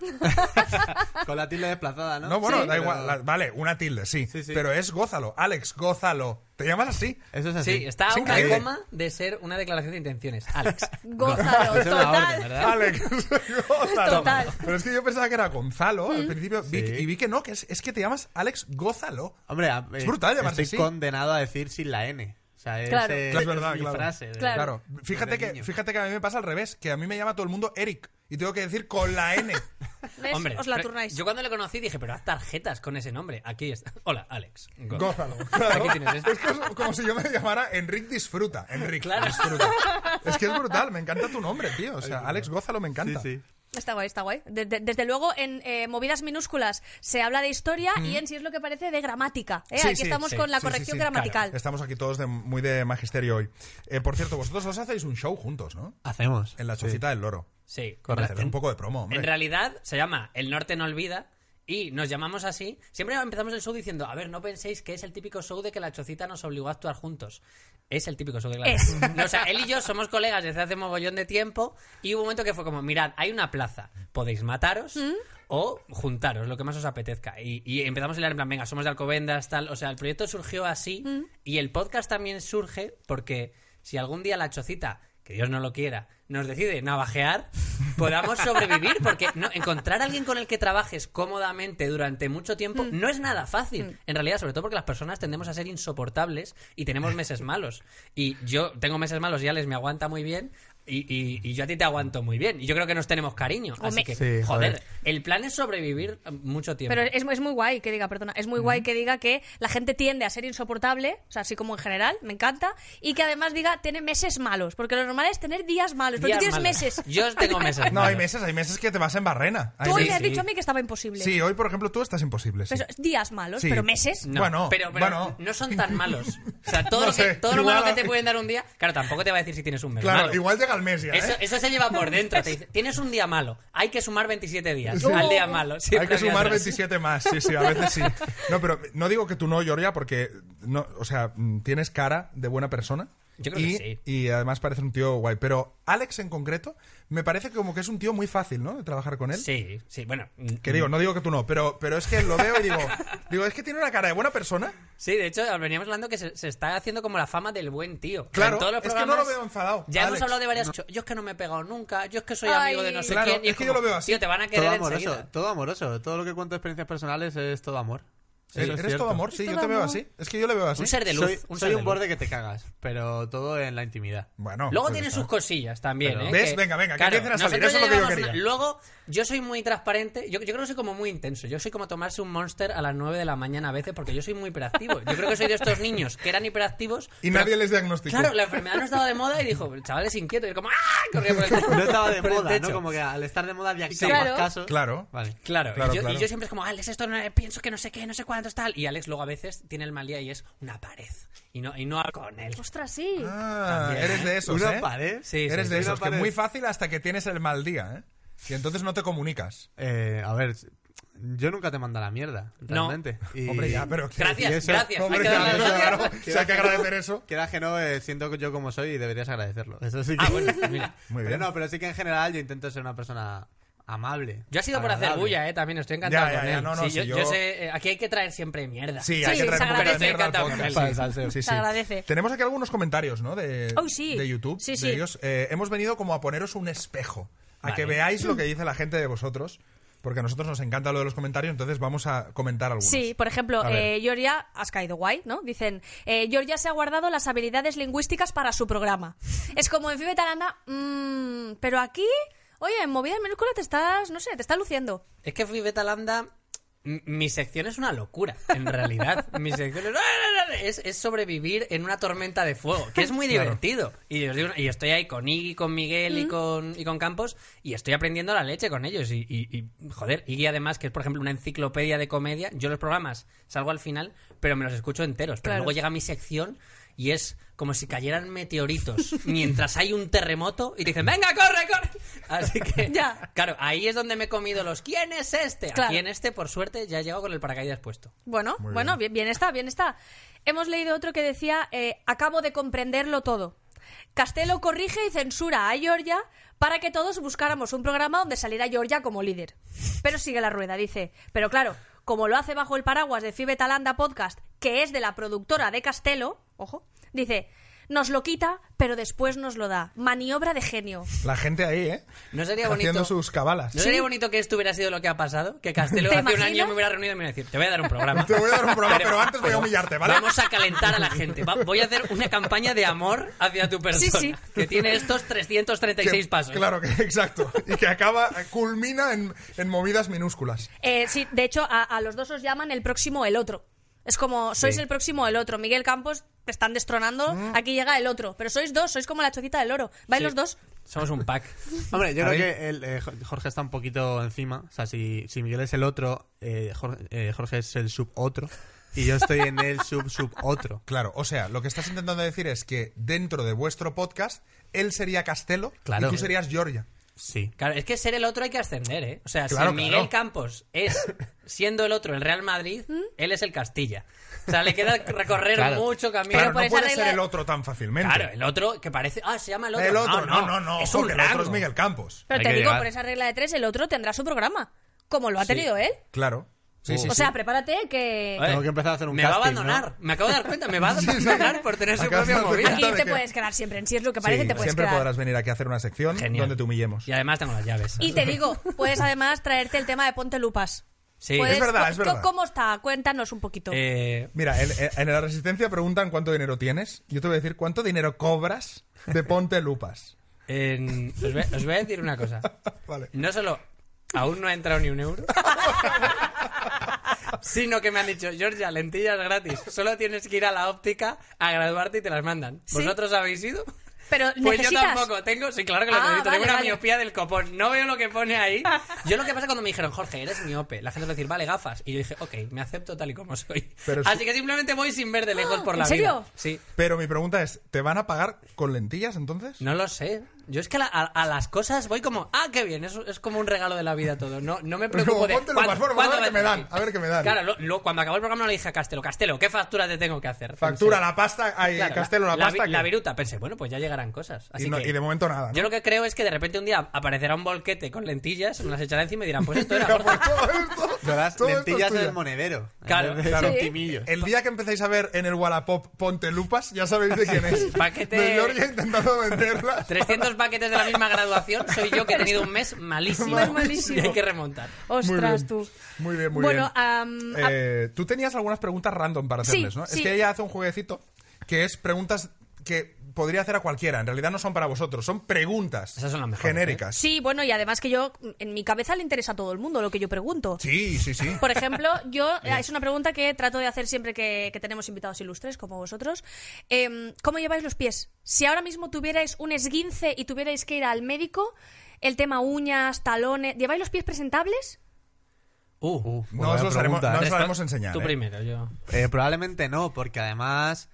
Con la tilde desplazada, ¿no? No, bueno, Ah, Sí, da pero- igual, la- vale, una tilde, sí, Sí, sí. pero es Gózalo, Alex Gózalo. Te llamas así. Eso es así. Sí, está a Es una increíble. coma de ser una declaración de intenciones. Alex. Gózalo, Es una orden, total. ¿verdad? Alex Gózalo. Total. Pero es que yo pensaba que era Gonzalo Mm. al principio vi- Sí. y vi que no, que es, es que te llamas Alex Gózalo. Hombre, a- Es eh, brutal llamarse Estoy así. condenado a decir sin la N. O sea, es, Claro. eh, Claro, es verdad, mi claro. frase. de- Claro. Claro, fíjate Desde que, niño. fíjate que a mí me pasa al revés, que a mí me llama todo el mundo Eric y tengo que decir con la N. ¿Ves? Hombre, Os la pero turnáis. Yo cuando le conocí dije, pero haz tarjetas con ese nombre. Aquí está. Hola, Alex. Gózalo. Aquí tienes esto. Es que es como si yo me llamara Enric Disfruta. Enric Claro. Disfruta. Es que es brutal, me encanta tu nombre, tío. O sea, Alex Gózalo me Sí, encanta. sí. Está guay, está guay. De- de- desde luego, en eh, movidas minúsculas se habla de historia y en sí es lo que parece de gramática. ¿eh? Mm. Sí, Aquí sí, estamos sí, con sí, la sí, corrección sí, gramatical. claro. Estamos aquí todos de, muy de magisterio hoy. Eh, por cierto, vosotros dos hacéis un show juntos, ¿no? Hacemos. En la chocita del loro. Sí, Correcto. Hacer un poco de promo, hombre. En realidad se llama El Norte no olvida y nos llamamos así. Siempre empezamos el show diciendo, a ver, no penséis que es el típico show de que la chocita nos obligó a actuar juntos. Es el típico show de que la Es. No, o sea, él y yo somos colegas desde hace mogollón de tiempo y hubo un momento que fue como, mirad, hay una plaza, podéis mataros o juntaros, lo que más os apetezca. Y, y empezamos a hablar en plan, venga, somos de Alcobendas, tal. O sea, el proyecto surgió así y el podcast también surge porque si algún día la chocita, que Dios no lo quiera, nos decide navajear, podamos sobrevivir, porque no, encontrar a alguien con el que trabajes cómodamente durante mucho tiempo Mm. no es nada fácil. En realidad, sobre todo porque las personas tendemos a ser insoportables y tenemos meses malos. Y yo tengo meses malos y Alex me aguanta muy bien. Y, y- y yo a ti te aguanto muy bien. Y yo creo que nos tenemos cariño. Así Hombre. que, Sí, joder. joder, el plan es sobrevivir eh, mucho tiempo. Pero es, es muy guay que diga, perdona, es muy guay que diga que la gente tiende a ser insoportable, o sea, así como en general, me encanta, y que además diga tiene meses malos, porque lo normal es tener días malos, pero Días tú tienes malos. meses. Yo tengo meses. No, hay malos. meses, hay meses que te vas en barrena. Hay Tú hoy meses- me has sí. dicho a mí que estaba imposible. Sí, hoy, por ejemplo, tú estás imposible. sí. Pero días malos, Sí. pero meses. No, Bueno, pero, pero bueno. no son tan malos. O sea, todo, No lo, que, sé, todo lo igual malo a- que te pueden dar un día, claro, tampoco te va a decir si tienes un mes Claro, malo. igual llega el mes ya, ¿eh? Eso, eso se lleva por dentro. Te dice, tienes un día malo, hay que sumar 27 días Sí. al día malo. Hay Siempre que había sumar tres. 27 más, sí, sí, a veces sí. No, pero no digo que tú no, Yoria, porque, no, o sea, mm, tienes cara de buena persona. Yo creo que y, sí. y además parece un tío guay. Pero Alex en concreto, me parece como que es un tío muy fácil, ¿no? De trabajar con él. Sí, sí, bueno. mm, Que digo, no digo que tú no, pero, pero es que lo veo y digo, digo, es que tiene una cara de buena persona. Sí, de hecho, veníamos hablando que se, se está haciendo como la fama del buen tío. Claro, En todos los es que no programas lo veo enfadado, Ya hemos Alex. hablado de varias cosas. Yo es que no me he pegado nunca, yo es que soy amigo de no sé Claro, quién. y es que yo lo veo así. Tío, te van a Todo querer amoroso. enseguida. Todo amoroso. Todo lo que cuento de experiencias personales es todo amor. Sí, Eres es eres cierto. todo amor, sí, Es yo todo te veo amor. así. Es que yo le veo así. Un ser de luz. Soy, un, ser soy de un luz. borde que te cagas, pero todo en la intimidad. Bueno. Luego pues tiene está. sus cosillas también, Pero- ¿eh? ¿Ves? Venga, venga, que empiecen a salir, nosotros eso es lo que yo llevamos quería. Luego, yo soy muy transparente, yo, yo creo que soy como muy intenso, yo soy como tomarse un monster a las 9 de la mañana a veces porque yo soy muy hiperactivo. Yo creo que soy de estos niños que eran hiperactivos. Y pero- nadie les diagnosticó. Claro, la enfermedad no estaba de moda y dijo, el chaval es inquieto, y yo como, ¡ah! Corría por el No estaba de por el moda, ¿no? techo. Como que al estar de moda había Sí. más Claro. casos. Claro. Vale. Claro, Claro, y, yo, y claro. yo siempre es como, Alex, esto no pienso que no sé qué, no sé cuántos tal. Y Alex luego a veces tiene el mal día y es una pared. Y no, y no hablo con él. Ostras, sí. Ah, También, eres ¿eh? de esos, Una ¿eh? pared. Sí, sí, Eres sí. de Una esos, que es pared. muy fácil hasta que tienes el mal día, ¿eh? Y entonces no te comunicas. Eh, a ver, yo nunca te mando a la mierda, No. realmente. Y- Hombre, ya, pero... que- Gracias, Y eso- gracias. Hombre, me ha quedado claro, claro. claro, o sea, hay que agradecer eso. Quieras que no, eh, siento que yo como soy y deberías agradecerlo. Eso sí que... Ah, bueno, mira. Muy Pero bien. no, pero sí que en general yo intento ser una persona amable. Yo ha sido por hacer agradable. bulla, eh, también estoy encantado Ya, ya, con ya, él. no, no, Sí, si yo, yo- yo sé, eh, aquí hay que traer siempre mierda. Sí, hay Sí, que traer se un poco de agradece, mierda al encanta podcast. Para el Sí. salseo. Sí, sí. Se agradece. Tenemos aquí algunos comentarios, ¿no? De, Oh, sí. de YouTube. Sí, de sí. ellos. Eh, hemos venido como a poneros un espejo, a Vale. que veáis lo que dice la gente de vosotros, porque a nosotros nos encanta lo de los comentarios, entonces vamos a comentar algunos. Sí, por ejemplo, A ver. eh, Georgia, has caído guay, ¿no? Dicen, eh, Georgia se ha guardado las habilidades lingüísticas para su programa. Es como en Fibe Talanda, mm, pero aquí, oye, en movidas minúsculas te estás, no sé, te estás luciendo. Es que Fibetalanda, mi sección es una locura, en realidad. mi sección es... Morar es, es sobrevivir en una tormenta de fuego, que es muy divertido. Y, os digo una- y estoy ahí con Iggy, con Miguel y, con, y con Campos, y estoy aprendiendo la leche con ellos. Y, y- y, joder, Iggy además, que es por ejemplo una enciclopedia de comedia, yo los programas salgo al final, pero me los escucho enteros. Pero Claro. luego llega mi sección y es como si cayeran meteoritos mientras hay un terremoto y te dicen, venga, corre, corre. Así que, Ya. claro, ahí es donde me he comido los, ¿quién es este? Claro. Aquí en este, por suerte, ya he llegado con el paracaídas puesto. Bueno, Muy bueno, bien. bien. bien está, bien está. Hemos leído otro que decía, eh, acabo de comprenderlo todo. Castelo corrige y censura a Georgia para que todos buscáramos un programa donde saliera Georgia como líder. Pero sigue la rueda, dice. Pero claro, como lo hace bajo el paraguas de Fibe Talanda Podcast, que es de la productora de Castelo, ojo, dice, nos lo quita, pero después nos lo da. Maniobra de genio. La gente ahí, ¿eh? No sería bonito. Haciendo sus cabalas. ¿No sería bonito que esto hubiera sido lo que ha pasado? Que Castelo ¿Te hace un año imaginas? me hubiera reunido y me hubiera decir, te voy a dar un programa. Te voy a dar un programa, pero antes voy a humillarte, ¿vale? Vamos a calentar a la gente. Va- voy a hacer una campaña de amor hacia tu persona. sí. Que tiene estos 336 Que- pasos. Claro, que, exacto. Y que acaba, culmina en, en movidas minúsculas. Eh, sí, de hecho, a, a los dos os llaman el próximo el otro. Es como, sois el próximo el otro. Miguel Campos, te están destronando, Mm. aquí llega el otro. Pero sois dos, sois como la choquita del oro. ¿Vais Sí. los dos? Somos un pack. Hombre, yo A creo ver. que el, eh, Jo- Jorge está un poquito encima. O sea, si, si Miguel es el otro, eh, Jorge, eh, Jorge es el subotro. Y yo estoy en el sub-subotro. Claro, o sea, lo que estás intentando decir es que dentro de vuestro podcast, él sería Castelo Claro. y tú serías Georgia. Sí. Claro, es que ser el otro hay que ascender, ¿eh? O sea, Claro, si Miguel claro. Campos es, siendo el otro, el Real Madrid, ¿Mm? él es el Castilla. O sea, le queda recorrer Claro. mucho camino. Claro, por no esa puede regla- ser el otro tan fácilmente. Claro, el otro que parece. Ah, se llama el otro. El otro, no, no, no, no. Es ojo, un que el rango. otro es Miguel Campos. Pero Hay te que digo, llegar. por esa regla de tres, el otro tendrá su programa. Como lo ha tenido él. Claro. Uh, Sí, sí, O sí. sea, prepárate que. Oye, Tengo que empezar a hacer un Me va a casting, abandonar. Me acabo de dar cuenta. Me va a Sí, sí. abandonar por tener su Acabas de propia darte movida. cuenta. Aquí de te que- puedes quedar siempre en si es lo que parece, Sí, te puedes siempre quedar. podrás venir aquí a hacer una sección Genial. donde te humillemos. Y además tengo las llaves. Y te digo, puedes además traerte el tema de Ponte Lupas. Sí. Puedes- Es verdad, co- es verdad. ¿Cómo está? Cuéntanos un poquito. Eh, Mira, en, en la Resistencia preguntan cuánto dinero tienes. Yo te voy a decir cuánto dinero cobras de Ponte Lupas. en- os, voy, os voy a decir una cosa. Vale. No solo aún no ha entrado ni un euro, sino que me han dicho, Georgia, lentillas gratis. Solo tienes que ir a la óptica a graduarte y te las mandan. Sí. ¿Vosotros habéis ido? Pero Pues necesitas. yo tampoco tengo, sí, claro que lo Ah, necesito. vale, tengo una vale. miopía del copón. No veo lo que pone ahí. Yo lo que pasa cuando me dijeron, Jorge, eres miope. La gente va a decir, vale, gafas. Y yo dije, ok, me acepto tal y como soy. Pero Así sí. que simplemente voy sin ver de lejos Ah, por ¿en la serio? vida. Sí. Pero mi pregunta es, ¿te van a pagar con lentillas entonces? No lo sé. Yo es que a, la- a- a las cosas voy como, ah, qué bien, eso es como un regalo de la vida todo. No, no me preocupo Como, de "Ponte lo más forma, a ver va qué me entrar?". dan, a ver qué me dan. Claro, lo- lo- cuando acabó el programa le dije a Castelo, Castelo, ¿qué factura te tengo que hacer? Factura, Pensé, la pasta, ay, claro, Castelo, la, la, pasta. vi- la que- viruta. Pensé, bueno, pues ya llegarán cosas. Así y, no- que- y de momento nada. ¿no? Yo lo que creo es que de repente un día aparecerá un bolquete con lentillas, me las echará encima y dirán, pues esto era. Mira, gordo. pues todo esto- Las todo esto es lentillas en tuyo. el monedero. ¿eh? Claro, En vez de claro. centimillos. El día que empecéis a ver en el Wallapop Ponte Lupas, ya sabéis de quién es. Paquete- De Georgia intentando venderlas. 300 paquetes de la misma graduación, soy yo que he tenido un mes malísimo. Mal- malísimo. Y hay que remontar. Ostras, bien. tú. Muy bien, muy bueno, bien. am, a- Eh, tú tenías algunas preguntas random para Sí, hacerles, ¿no? Es sí. que ella hace un jueguecito que es preguntas que podría hacer a cualquiera. En realidad no son para vosotros, son preguntas Esas son las mejores, ¿eh? genéricas. sí, bueno, y además que yo, en mi cabeza le interesa a todo el mundo lo que yo pregunto. Sí, sí, sí. Por ejemplo, yo es una pregunta que trato de hacer siempre que, que tenemos invitados ilustres como vosotros. Em, ¿Cómo lleváis los pies? Si ahora mismo tuvierais un esguince y tuvierais que ir al médico, el tema uñas, talones, ¿lleváis los pies presentables? Uh, Uf, No os lo buena haremos- pregunta, no ¿eh? os- sabemos enseñar, Tú eh. primero, yo. Eh, probablemente no, porque además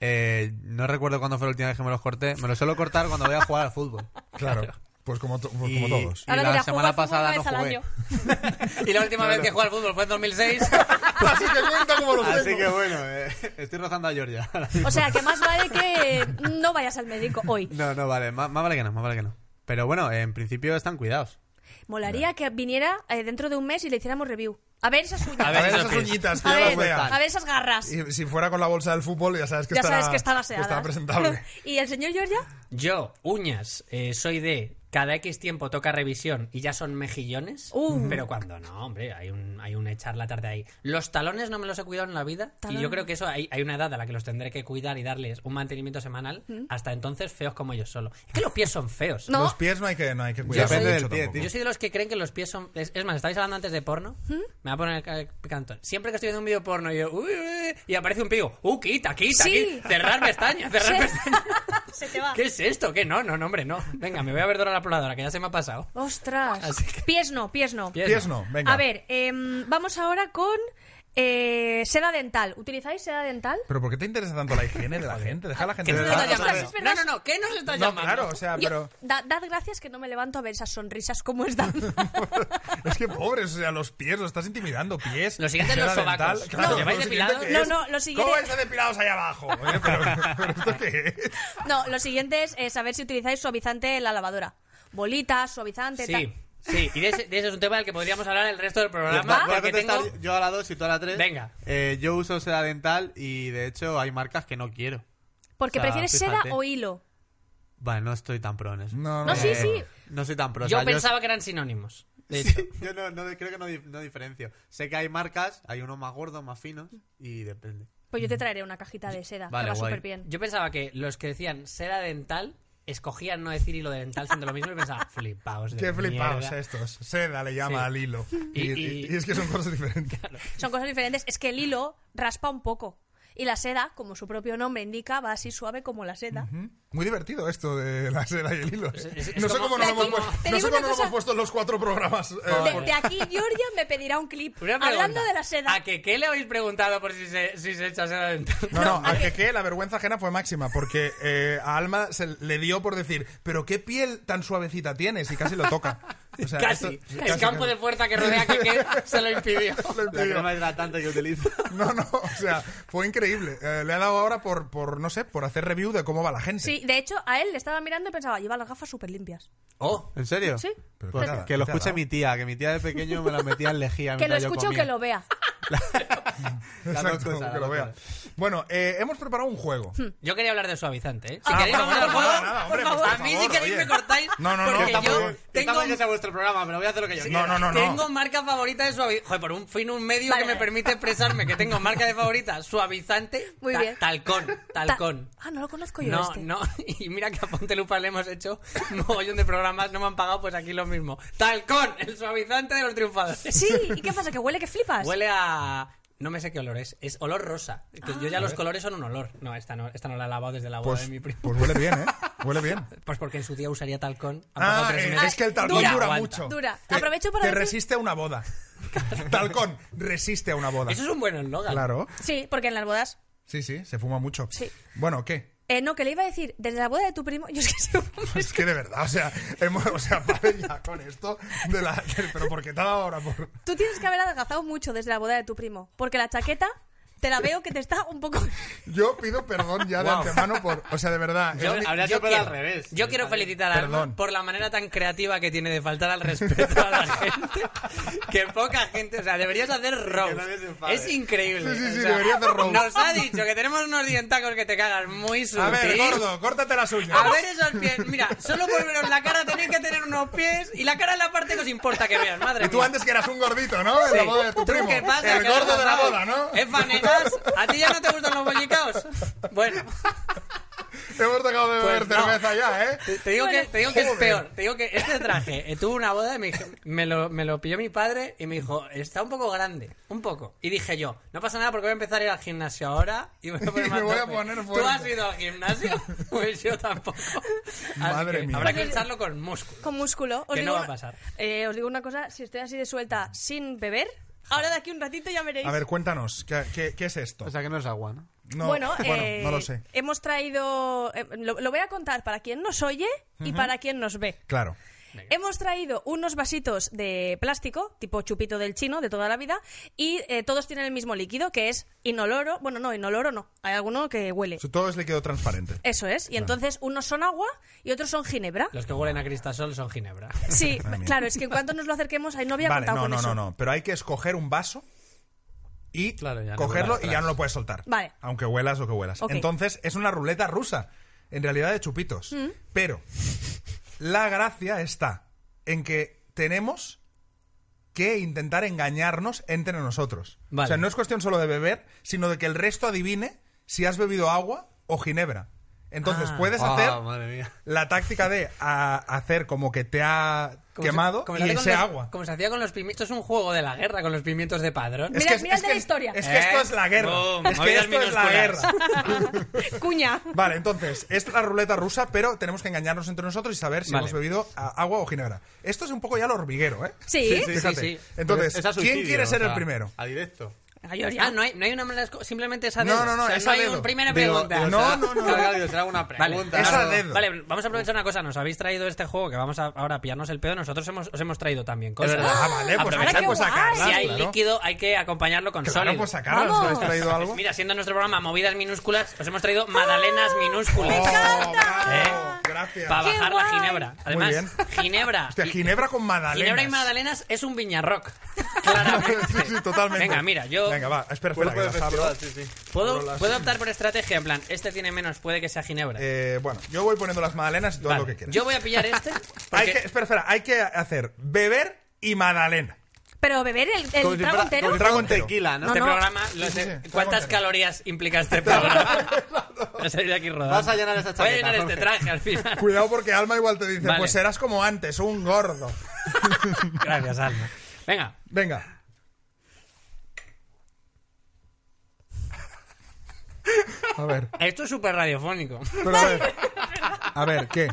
eh, no recuerdo cuándo fue la última vez que me los corté. Me los suelo cortar cuando voy a jugar al fútbol. Claro. Pues como, to- pues Y- como todos. Y Ahora la dirás, semana "Juego al fútbol pasada una no vez al jugué. año". Y la última vez que jugué al fútbol fue en 2006. Así que cuenta como los Así tengo. que bueno, eh, estoy rozando a Georgia. O sea, que más vale que no vayas al médico hoy. No, no, vale, más, más vale que no, más vale que no. Pero bueno, en principio están cuidados. Molaría que viniera eh, dentro de un mes y le hiciéramos review. A ver esas uñas. A A ver ver si lo esas pillas. uñitas, que A ya las ver, veas. a ver esas garras. Y si fuera con la bolsa del fútbol, ya sabes que, ya está, sabes que están que aseadas. está presentable. ¿Y el señor Georgia? Yo, uñas, eh, soy de cada X tiempo toca revisión y ya son mejillones. Uh. Pero cuando no, hombre, hay un, hay un echar la tarde ahí. Los talones no me los he cuidado en la vida. Y Talones. yo creo que eso hay, hay una edad a la que los tendré que cuidar y darles un mantenimiento semanal. Hasta entonces, feos como yo solo. Es que los pies son feos. No. Los pies no hay que, no hay que cuidar Depende mucho del pie, tampoco. Yo soy de los que creen que los pies son. Es, es más, estáis hablando antes de porno. ¿Mm? Me va a poner el picantón. Siempre que estoy viendo un vídeo porno y yo. "Uy, uy", y aparece un pigo. ¡Uh, quita, quita! Sí. quita". Cerrar pestañas, cerrar pestañas. Se te va. ¿Qué es esto? ¿Qué no? No, no, hombre, no. Venga, me voy a ver Dora la exploradora, que ya se me ha pasado. Ostras. Así que- Pies no, pies no. Pies Pies no, venga. A ver, em, vamos ahora con eh, seda dental. ¿Utilizáis seda dental? ¿Pero por qué te interesa tanto la higiene de la gente? Deja a la gente... ¿Qué nos de estás verdad. Ostras, llamando? es verdad. No, no, no, ¿qué nos estás No, llamando? claro, o sea, Yo- Ah, pero... da- dad gracias que no me levanto a ver esas sonrisas como es dan. es que pobres, o sea, los pies, los estás intimidando, pies. Lo siguiente es seda los dental. sobacos. ¿Lo lleváis lo siguiente depilados? que No, es, no, lo siguiente- ¿Cómo están depilados ahí abajo? Oye, pero, pero ¿esto qué es? No, lo siguiente es eh, saber si utilizáis suavizante en la lavadora. Bolitas, suavizante, Sí, tal. sí. Y de ese, de ese es un tema del que podríamos hablar el resto del Voy programa. a- voy a porque contestar tengo- yo a la 2 y tú a la 3. Venga. yo uso seda dental y de hecho hay marcas que no quiero. Porque O sea, prefieres fíjate. seda o hilo. Vale, no estoy tan pro en eso. No, No, sí, Eh, sí. No soy tan pro. o Yo sea, pensaba que eran sinónimos. De hecho. Sí, yo no, no- creo que no, di- no diferencio. Sé que hay marcas, hay unos más gordos, más finos y depende. Pues yo te traeré una cajita de seda, Vale, que va guay. súper bien. Yo pensaba que los que decían seda dental escogían no decir hilo dental siendo lo mismo y pensaba, flipaos. De Qué flipados mierda". estos. Seda le llama Sí. al hilo. Y, Y- y- y- y es que son cosas diferentes. Son cosas diferentes. Es que el hilo raspa un poco. Y la seda, como su propio nombre indica, va así suave como la seda. Muy divertido esto de la seda y el hilo. ¿eh? Es- es- es no sé como- cómo no lo Te hemos digo- puesto. te No digo sé una cómo no lo cosa- hemos puesto en los cuatro programas. eh, De, por- de aquí Georgia me pedirá un clip Una pregunta. hablando de la seda. ¿A que qué le habéis preguntado por si se, si se echa seda dental? No, no, ¿a a que, que la vergüenza ajena fue máxima, porque eh, a Alma se le dio por decir, pero qué piel tan suavecita tienes, y casi lo toca. O sea, casi. esto- El casi, campo casi. de fuerza que rodea a Keke se lo impidió. Lo La impidió. crema hidratante que utilizo. No, no, o sea, fue increíble. Eh, le ha dado ahora por, por, no sé, por hacer review de cómo va la gente. Sí, de hecho, a él le estaba mirando y pensaba, lleva las gafas súper limpias. Oh, ¿En serio? Sí. Pero Pues ¿qué te ha- que qué lo te ha escuche dado? mi tía, que mi tía de pequeño me la metía en lejía. Que lo mientras yo escuche o comía. que lo vea. Las dos Exacto, cosas, que las lo dos vea. cosas. Bueno, eh, hemos preparado un juego. yo quería hablar de suavizante, ¿eh? Si Ah, queréis, por vamos al favor, juego. nada, nada, hombre, Por por favor, a mí, si favor, queréis, oye. me cortáis. No, no, no, porque yo tampoco- yo tengo. Está mal que sea vuestro programa, pero voy a hacer lo que yo No, quiera. no, no, no. Tengo marca favorita de suavizante. Joder, por un fin, un medio Vale, que me vale. permite expresarme que tengo marca de favorita, suavizante, Muy bien. talcón, talcón. Ta- Ah, no lo conozco yo No, este. no, y mira que a Ponte Lupa le hemos hecho un mogollón de programas, no me han pagado, pues aquí lo mismo. Talcón, el suavizante de los triunfadores. Sí, ¿y qué pasa? ¿Que huele que flipas? Huele a... No me sé qué olor es, es olor rosa. Que yo ya los colores son un olor. No, esta no, esta no la he lavado desde la boda Pues, de mi primo. pues huele bien, ¿eh? Huele bien. Pues porque en su día usaría talcón. Han pasado Ah, tres eh, meses. es que el talcón Dura, dura, Aguanta. mucho. Dura. Aprovecho para Te decir- resiste a una boda. Talcón, resiste a una boda. Eso es un buen eslogan. Claro. Sí, porque en las bodas... Sí, sí, se fuma mucho. Sí. Bueno, ¿qué? Pues Eh, no, que le iba a decir, desde la boda de tu primo... Yo es que se- Pues Es que de verdad, o sea, hemos, o sea, pare ya con esto de la... de- pero porque te ha dado ahora por... Tú tienes que haber adelgazado mucho desde la boda de tu primo, porque la chaqueta te la veo que te está un poco... Yo pido perdón ya de Wow. antemano por... O sea, de verdad. eh, Yo, es mi- habría yo sido por quiero, al revés. yo quiero Vale. felicitar a Alma Perdón. por la manera tan creativa que tiene de faltar al respeto a la gente. Que poca gente, o sea, deberías hacer roast. nadie se enfade. Es increíble. Sí, sí, sí, o sea, debería hacer roast. Nos ha dicho que tenemos unos dientacos que te cagas muy A ver, sutil. gordo, córtate las uñas. A ver esos pies. Mira, solo por veros la cara tenéis que tener unos pies y la cara es la parte que os importa que veas, madre Y tú mía. antes que eras un gordito, ¿no? En la Sí. boda de tu ¿Tú primo. ¿Qué pasa? El que gordo no de la sabes? boda, ¿no? ¿Es fanegas? ¿A ti ya no te gustan los bollicaos? Bueno. Hemos tocado de beber Pues no. cerveza ya, ¿eh? Te, te digo, que, te digo que es Joder. peor. Te digo que este traje eh, tuvo una boda y me, dije- me, lo, me lo pilló mi padre y me dijo, está un poco grande, un poco. Y dije yo, no pasa nada porque voy a empezar a ir al gimnasio ahora y me voy a poner, Y me más voy a tope". poner ¿Tú fuerte. has ido al gimnasio? Pues yo tampoco. Así Madre que mía. Habrá que echarlo con músculo. con músculo. Os Que digo no va a una- pasar. eh, os digo una cosa, si estoy así de suelta sin beber, ahora de aquí un ratito ya veréis. A ver, cuéntanos, ¿qué, qué, qué es esto? O sea que no es agua, ¿no? No, bueno, eh, no lo sé. hemos traído... eh, lo, lo voy a contar para quien nos oye y para quien nos ve. Claro. Hemos traído unos vasitos de plástico, tipo chupito del chino de toda la vida, y eh, todos tienen el mismo líquido, que es inoloro. Bueno, no, inoloro no. Hay alguno que huele. Eso Todo es líquido transparente. Eso es. Y entonces unos son agua y otros son ginebra. Los que huelen a cristasol son ginebra. Sí, Madre mía. claro, es que en cuanto nos lo acerquemos, ahí no había Vale, contado no, con no, no, eso. no. Pero hay que escoger un vaso y Claro, ya no cogerlo y vuela ya atrás. no lo puedes soltar. Vale. Aunque huelas o que huelas. Ok. Mm. Entonces es una ruleta rusa, en realidad de chupitos. Pero La gracia está en que tenemos que intentar engañarnos entre nosotros. Vale. O sea, no es cuestión solo de beber, sino de que el resto adivine si has bebido agua o ginebra. Entonces, Ah. puedes Ah, hacer madre mía. la táctica de a- hacer como que te ha Como se- quemado como se y hace con ese los- agua. Como se hacía con los pimientos. Esto es un juego de la guerra con los pimientos de padrón. Es- Mira- mira el de la historia. Es que esto ¿Eh? es la guerra. Boom. es que Movidas esto es la guerra. minúsculas. Cuña. Vale, entonces, es la ruleta rusa, pero tenemos que engañarnos entre nosotros y saber si Vale. hemos bebido a- agua o ginebra. Esto es un poco ya lo hormiguero, ¿eh? Sí. sí, Fíjate. sí. Entonces, Es a ¿quién suicidio, quiere ser o sea, el primero? A directo. Ay, yo ya. Ah, no hay, no hay una manera, simplemente esa No, no, no, O sea, es no a hay dedo. un primera Digo, pregunta. digo, o no, sea, no, no. Claro, claro, digo, será una Vale, pregunta. Es a algo. dedo. Vale, vamos a aprovechar una cosa. Nos habéis traído este juego que vamos a, ahora a pillarnos el pedo. Nosotros hemos, os hemos traído también cosas. verdad. Ah, vale, pues Aprovechad, qué pues guay. sacarlas, Si hay claro. líquido, hay que acompañarlo con Claro, sólido. pues sacarlas, ¿no habéis traído algo? Mira, siendo nuestro programa Movidas Minúsculas, os hemos traído magdalenas minúsculas. ¡Oh, bravo! encanta! Gracias. Para bajar la guay! ginebra. Además, bien. ginebra. Hostia, y- Ginebra con magdalenas. Ginebra y magdalenas es un viñarrock. Claramente. Sí, sí, totalmente. Venga, mira, yo Venga, va, espera, espera, Cuerpo que de las abro. festival, Pues sí, sí. Abro ¿puedo, las- puedo optar por estrategia. En plan, este tiene menos, puede que sea ginebra. Eh, bueno, yo voy poniendo las magdalenas y todo Vale, lo que quieras. Yo voy a pillar este. Hay porque- que, espera, espera, hay que hacer beber y magdalena. Pero beber el, el Como trago si fuera- con entero. como Trago si fuera un entero. tequila, ¿no? Este no. programa, lo Sí, sí, sé. sí, está ¿cuántas contento. calorías implica este programa? Voy a salir de aquí rodando. Vas a llenar Voy esa a chaqueta, llenar este Jorge. traje al final. Cuidado porque Alma igual te dice, Vale. pues serás como antes, un gordo. Gracias, Alma. Venga, Venga. A ver, esto es súper radiofónico. pero a ver. A ver, ¿qué?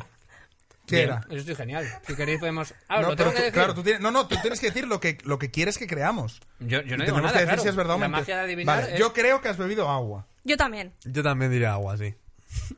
¿Qué Bien, era? Eso estoy genial. Si queréis podemos... Ah, ¿os No, lo pero tengo que tú- decir. Claro, tú tienes, no, no, tú tienes que decir lo que, lo que quieres que creamos. Yo, yo no Y digo tenemos nada, que decir claro. si es verdad o La mentira. magia de adivinar Vale, es- yo creo que has bebido agua. Yo también. Yo también diría agua, sí.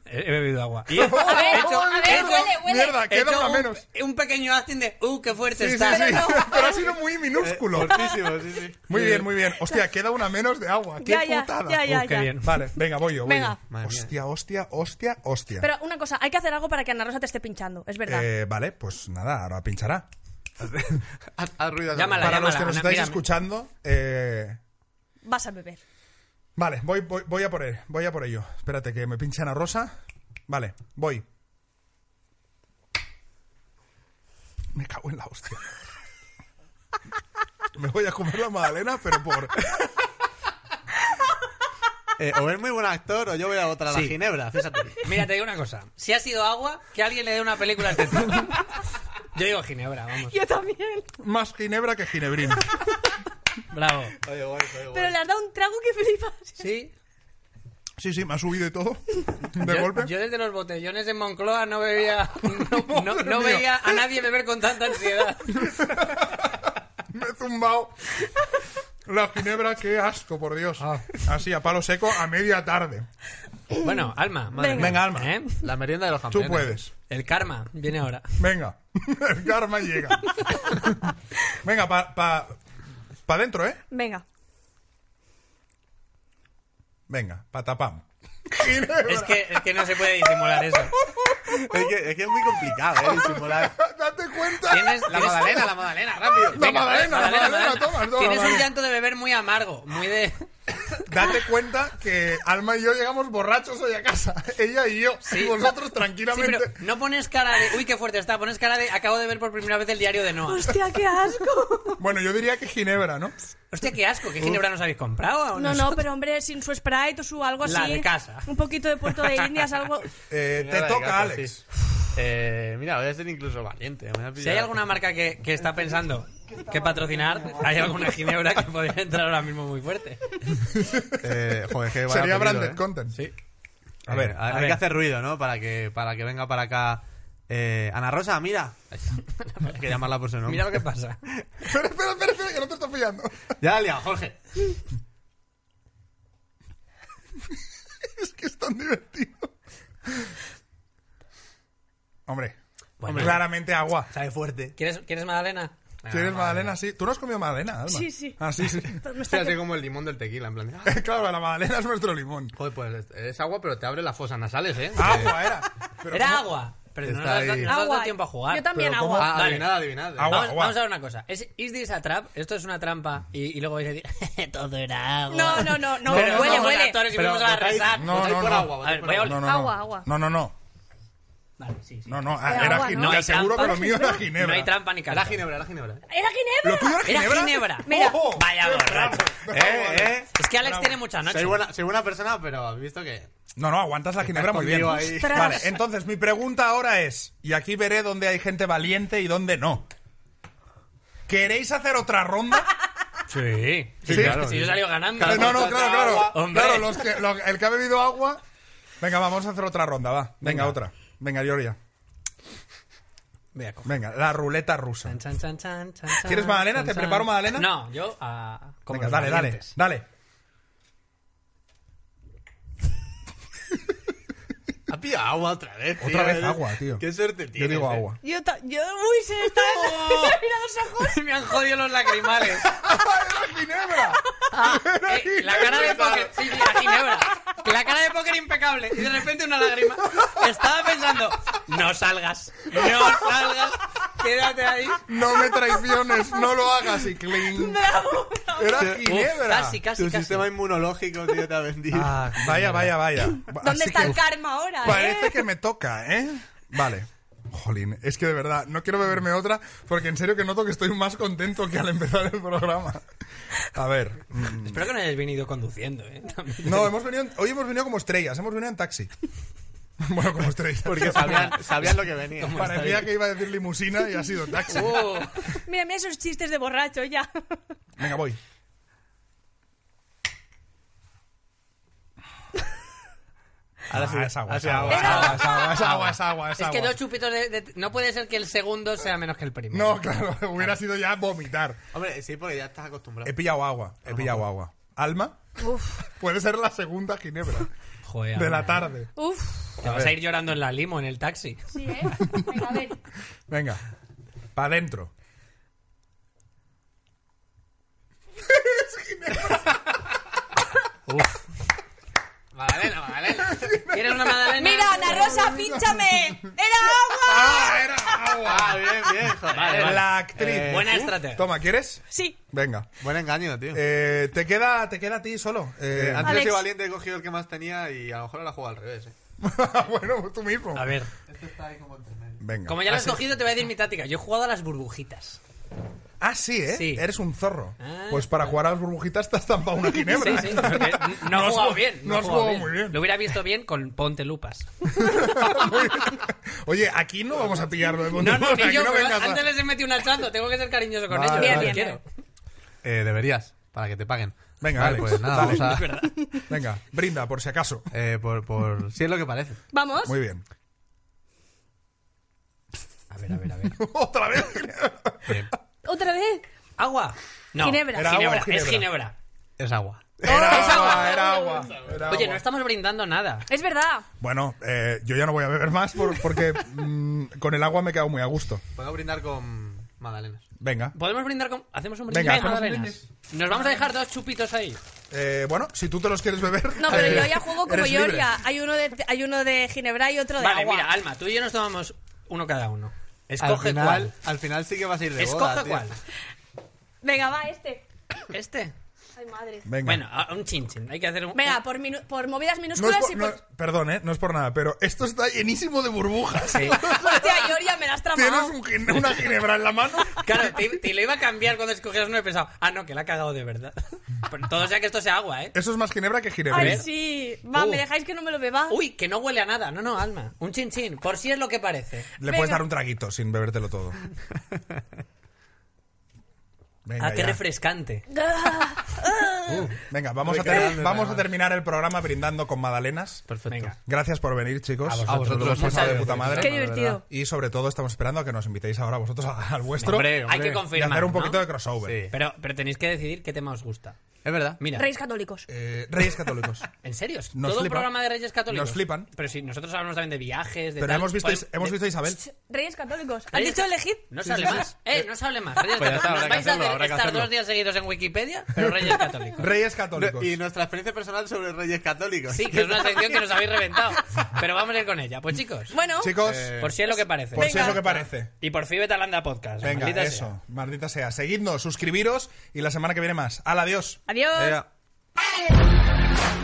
He he bebido agua. Y A ver, he hecho- a ver, he hecho- huele, huele. Mierda, he queda hecho una un, menos. un pequeño acting de... ¡Uh, qué fuerte Sí, sí, está! sí. Pero ha sido muy Eh, minúsculo. Cortísimo, sí, sí. Muy bien, muy bien. Hostia, queda una menos de agua. Qué Ya, ya, putada. ya, ya, Uh, qué ya. bien. Vale, venga, voy yo. voy Venga. yo. Madre mía. Hostia, hostia, hostia, hostia. Pero una cosa, hay que hacer algo para que Ana Rosa te esté pinchando, es verdad. Eh, vale, pues nada, ahora pinchará. Haz- haz ruido. Llámala. Para los que nos Ana, estáis mira, escuchando, eh, Vas a beber. vale, voy, voy, voy a por él, voy a por ello. Espérate que me pinchan a Rosa. Vale, voy. Me cago en la hostia. Me voy a comer la magdalena, pero por... Eh, o es muy buen actor o yo voy a votar a la Sí. Ginebra, fíjate. Mira, te digo una cosa. Si ha sido agua, que alguien le dé una película a este tío. Yo digo Ginebra, vamos. Yo también. Más ginebra que ginebrina. Bravo. Oye, guay, oye, guay. Pero le has dado un trago que flipas. Sí. Sí, sí, me ha subido y todo. De Yo, golpe. yo desde los botellones en Moncloa no bebía, no, no- Madre no mía. veía a nadie beber con tanta ansiedad. Me he zumbado. La ginebra, qué asco, por Dios. Ah. Así, a palo seco, a media tarde. Bueno, Alma, madre Venga. Venga, Alma. ¿eh? La merienda de los Tú campeones. puedes. El karma viene ahora. Venga. El karma llega. Venga, pa, pa, pa dentro, ¿eh? Venga. Venga, pa tapam. Es que, es que no se puede disimular eso. Es que, es que es muy complicado, ¿eh? Disimular. Date cuenta. Tienes, La tienes- magdalena, la magdalena, rápido. La magdalena, la Magdalena, magdalena, toma, Magdalena. toma, Tienes un Magdalena. llanto de beber muy amargo, muy de... Date cuenta que Alma y yo llegamos borrachos hoy a casa. Ella y yo. Y vosotros Sí, pero tranquilamente. no pones cara de... Uy, qué fuerte está. Pones cara de... Acabo de ver por primera vez el diario de Noah. Hostia, qué asco. Bueno, yo diría que ginebra, ¿no? Hostia, qué asco. ¿Qué ginebra nos habéis comprado? No, no, pero hombre, sin su Sprite o su algo así. La de casa. Un poquito de Puerto de Indias, algo. Eh, te Señora de toca, gato, Alex. sí. Eh, mira, voy a ser incluso valiente. me voy a Si pillar- hay alguna marca que, que está pensando que patrocinar, hay alguna ginebra que podría entrar ahora mismo muy fuerte. Eh, joder, que vaya Sería apellido, branded ¿eh? content. Sí. A ver, Eh, hay, a hay ver. que hacer ruido, ¿no? Para que, para que venga para acá. Eh, Ana Rosa, mira. Hay que llamarla por su nombre. Mira lo que pasa. Espera, espera, espera, espera, que no te estás pillando. Ya, Lia, Jorge. Es que es tan divertido. Hombre, Bueno. claramente agua. Sabe fuerte. ¿Quieres, ¿quieres Magdalena? ¿Quieres magdalena? Sí. ¿Tú no has comido magdalena, Alma? Sí, sí. Ah, sí, sí. Me Hostia, está- así como el limón del tequila, en plan. ah, claro, la magdalena es nuestro limón. Joder, pues es agua, pero te abre las fosas nasales, ¿eh? Agua era. Pero Era ¿cómo? agua. Pero no nos Está has dado- ahí. no nos has dado Agua. tiempo a jugar. Yo también Pero ¿cómo? agua. Ah, Vale. adivinad, adivinad. Agua, vamos, agua. vamos a ver una cosa. ¿Es, ¿Is this a trap? Esto es una trampa. Y, y luego vais a decir, todo era agua. No, no, no, no. Pero huele, somos huele. actores y Pero fuimos a la votáis- rezar. No, votáis no, por no. agua, votáis A ver, por voy a agua. No, no, no. Agua, agua. No, no, no. Vale, sí, sí. No, no, ah, Era era agua, gi- ¿no? te hay aseguro que trampa. lo mío era Ginebra. No hay trampa ni Era carta. Ginebra, era Ginebra. ¡Era ¿Lo tuyo Ginebra! era Era Ginebra? Ginebra. Mira. ¡Ojo! Vaya ¡Oh! Qué borracho. bravo. Eh, eh. Es que Alex tiene mucha noche. Soy buena, soy buena persona, pero has visto que. No, no, aguantas la ginebra muy bien. escondido ahí. Ostras. Vale, entonces mi pregunta ahora es, y aquí veré dónde hay gente valiente y dónde no. ¿Queréis hacer otra ronda? Sí. Sí, Sí, claro. Si yo salí ganando. no, no, claro, claro. Hombre. Claro, los que- lo- el que ha bebido agua... Venga, vamos a hacer otra ronda, va. Venga, Venga. otra. Venga, Gloria. Voy a coger. Venga, la ruleta rusa. Chan, chan, chan, chan, chan, ¿Quieres magdalena? chan, ¿Te chan. preparo magdalena? No, yo a... como Venga, los dale, dale, valientes. dale. Ha pillado agua otra vez. tío. Otra vez agua, tío. Qué suerte tienes. Yo digo eh. agua. Yo, ta- yo, uy, se está. Oh. se me mira los ojos. Me han jodido los lacrimales. ¡Era ginebra! Era Eh, la cara de póker. Sí, sí, la ginebra. La cara de póker impecable. Y de repente una lágrima. Estaba pensando, no salgas. No salgas. Quédate ahí. No me traiciones, no lo hagas y cling. Era Uf, ginebra. casi, Tu casi, casi. sistema inmunológico, tío, te ha vendido. Ah, vaya, vaya, vaya. ¿Dónde Así está que- el karma ahora? Parece eh? que me toca, ¿eh? Vale. Jolín, es que de verdad, no quiero beberme otra porque en serio que noto que estoy más contento que al empezar el programa. A ver. mm, Espero que no hayas venido conduciendo, eh. También. No, hemos venido, en- hoy hemos venido como estrellas, hemos venido en taxi. Bueno, como estrellas. Porque sabían, sabían lo que venía. Parecía que iba a decir limusina y ha sido taxi. Oh. Mira, mira esos chistes de borracho ya. Venga, voy. Ahora sí, Ah, es agua, ahora es sí, agua, es agua. agua, es agua, es agua, es agua, es Es que agua. dos chupitos de, de- No puede ser que el segundo sea menos que el primero. No, claro, hubiera sido ya vomitar. Hombre, sí, porque ya estás acostumbrado. He pillado agua, Ah, he pillado agua. Alma, Uf, puede ser la segunda ginebra Joder. de la anda. tarde. uf. Te vas a ir llorando en la limo, en el taxi. Sí, ¿eh? Venga, a ver. Venga, para adentro. Magdalena, Magdalena. ¿Quieres una Magdalena? Mira, Ana Rosa, pínchame. ¡Era agua! ¡Ah, era agua! Ah, bien, bien, joder. Vale, vale. La actriz. Eh, Buena uf, estrategia. Toma, ¿quieres? Sí. Venga. Buen engaño, tío. Eh, te, queda, te queda a ti solo. Eh, Eh, Alex. antes de Valiente he cogido el que más tenía y a lo mejor ahora juego al revés. eh. bueno, tú mismo. A ver. Este está ahí como entre medio. Venga. Como ya lo has Así- cogido, te voy a decir mi táctica. Yo he jugado a las burbujitas. Ah, sí, ¿eh? Sí. Eres un zorro. Ah. pues para jugar a las burbujitas te has tampado una ginebra. Sí, ¿eh? sí, porque no has has jugado jug- bien. No he has jugado muy bien. Lo hubiera visto bien con Ponte Lupas. Muy bien. Oye, aquí no vamos a pillarlo de No, no, aquí ni yo. no pero vengas a- antes les he metido un hachazo. Tengo que ser cariñoso con Vale, ellos. Bien, no bien, quiero. Eh, deberías, para que te paguen. Venga, vale, Alex, pues nada, dale. vamos Es a. verdad. Venga, brinda, por si acaso. Eh, por, por. Si es lo que parece. Vamos. Muy bien. A ver, a ver, a ver. Otra vez. Bien. Otra vez. ¿Agua? No. Ginebra. ¿Era agua o Es ginebra? Ginebra. Es agua. Era es agua. agua, era agua. era Oye, agua. no estamos brindando nada. Es verdad. Bueno, eh, yo ya no voy a beber más por- porque mm, con el agua me he quedado muy a gusto. Puedo brindar con magdalenas. Venga. ¿Podemos brindar con...? ¿Hacemos un brindis? Venga, hacemos un Magdalenas. Nos vamos a dejar dos chupitos ahí. Eh, bueno, si tú te los quieres beber. No, pero eh, yo ya juego como eres libre. Georgia. Hay uno de hay uno de Ginebra y otro de Vale, agua. mira, Alma, tú y yo nos tomamos uno cada uno. Escoge al final, cuál. al final sí que vas a ir de boda, Escoge tío. cuál. Venga, va este. ¿Este? Ay, madre. Venga. Bueno, a- un chinchin. Hay que hacer un... Venga, por, minu- por movidas No es minúsculas por- y no- por... perdón, eh, no es por nada, pero esto está llenísimo de burbujas. Hostia, Georgia, me la has Tienes tramado. un gine- una ginebra en la mano. Claro, te, te lo iba a cambiar cuando escogieras uno y he pensado, ah, no, que la ha cagado de verdad. Pero todo sea que esto sea agua, ¿eh? Eso es más ginebra que ginebra. Ay, ver. sí. Va, Uh. me dejáis que no me lo beba. Uy, que no huele a nada. No, no, Alma. Un chinchín, por si es lo que parece. Le puedes Venga. dar un traguito sin bebértelo todo. Venga, ah, qué ya. refrescante. Uh, venga, vamos, a, ter- Recargarme, vamos a nada. terminar el programa brindando con magdalenas. Perfecto. Venga. Gracias por venir, chicos. Pues A vosotros. A vosotros, Lo hemos muchas pasado de gracias. puta madre. Qué divertido. Y sobre todo estamos esperando a que nos invitéis ahora vosotros a- al vuestro. Hombre, Hay que y confirmar, hacer un ¿no? poquito de crossover. Sí. Pero, pero tenéis que decidir qué tema os gusta. Es verdad. Mira, Reyes católicos. Eh, Reyes Católicos. ¿en serio? Nos ¿Todo un flipa. programa de Reyes Católicos? Nos flipan. Pero si nosotros hablamos también de viajes, de Pero tal, hemos pues, visto, podemos- hemos de- visto a Isabel. Reyes católicos. ¿Has Reyes- dicho elegid? No se hable más. Eh, no se hable más. Reyes Pues ya está, Católicos. habrá que vais hacerlo, a hacer habrá que estar hacerlo. dos días seguidos en Wikipedia, pero Reyes Católicos. Reyes Católicos. Y nuestra experiencia personal sobre reyes católicos. Sí, que es una sección que nos habéis reventado. Pero vamos a ir con ella. Pues chicos, Bueno, Chicos, Eh, por si es lo que parece. por si es venga. lo que parece. Y por fin vete a Landa Podcast. Venga, maldita eso. sea. Maldita sea. Seguidnos, suscribiros y la semana que viene más. Al adiós. adiós. Venga.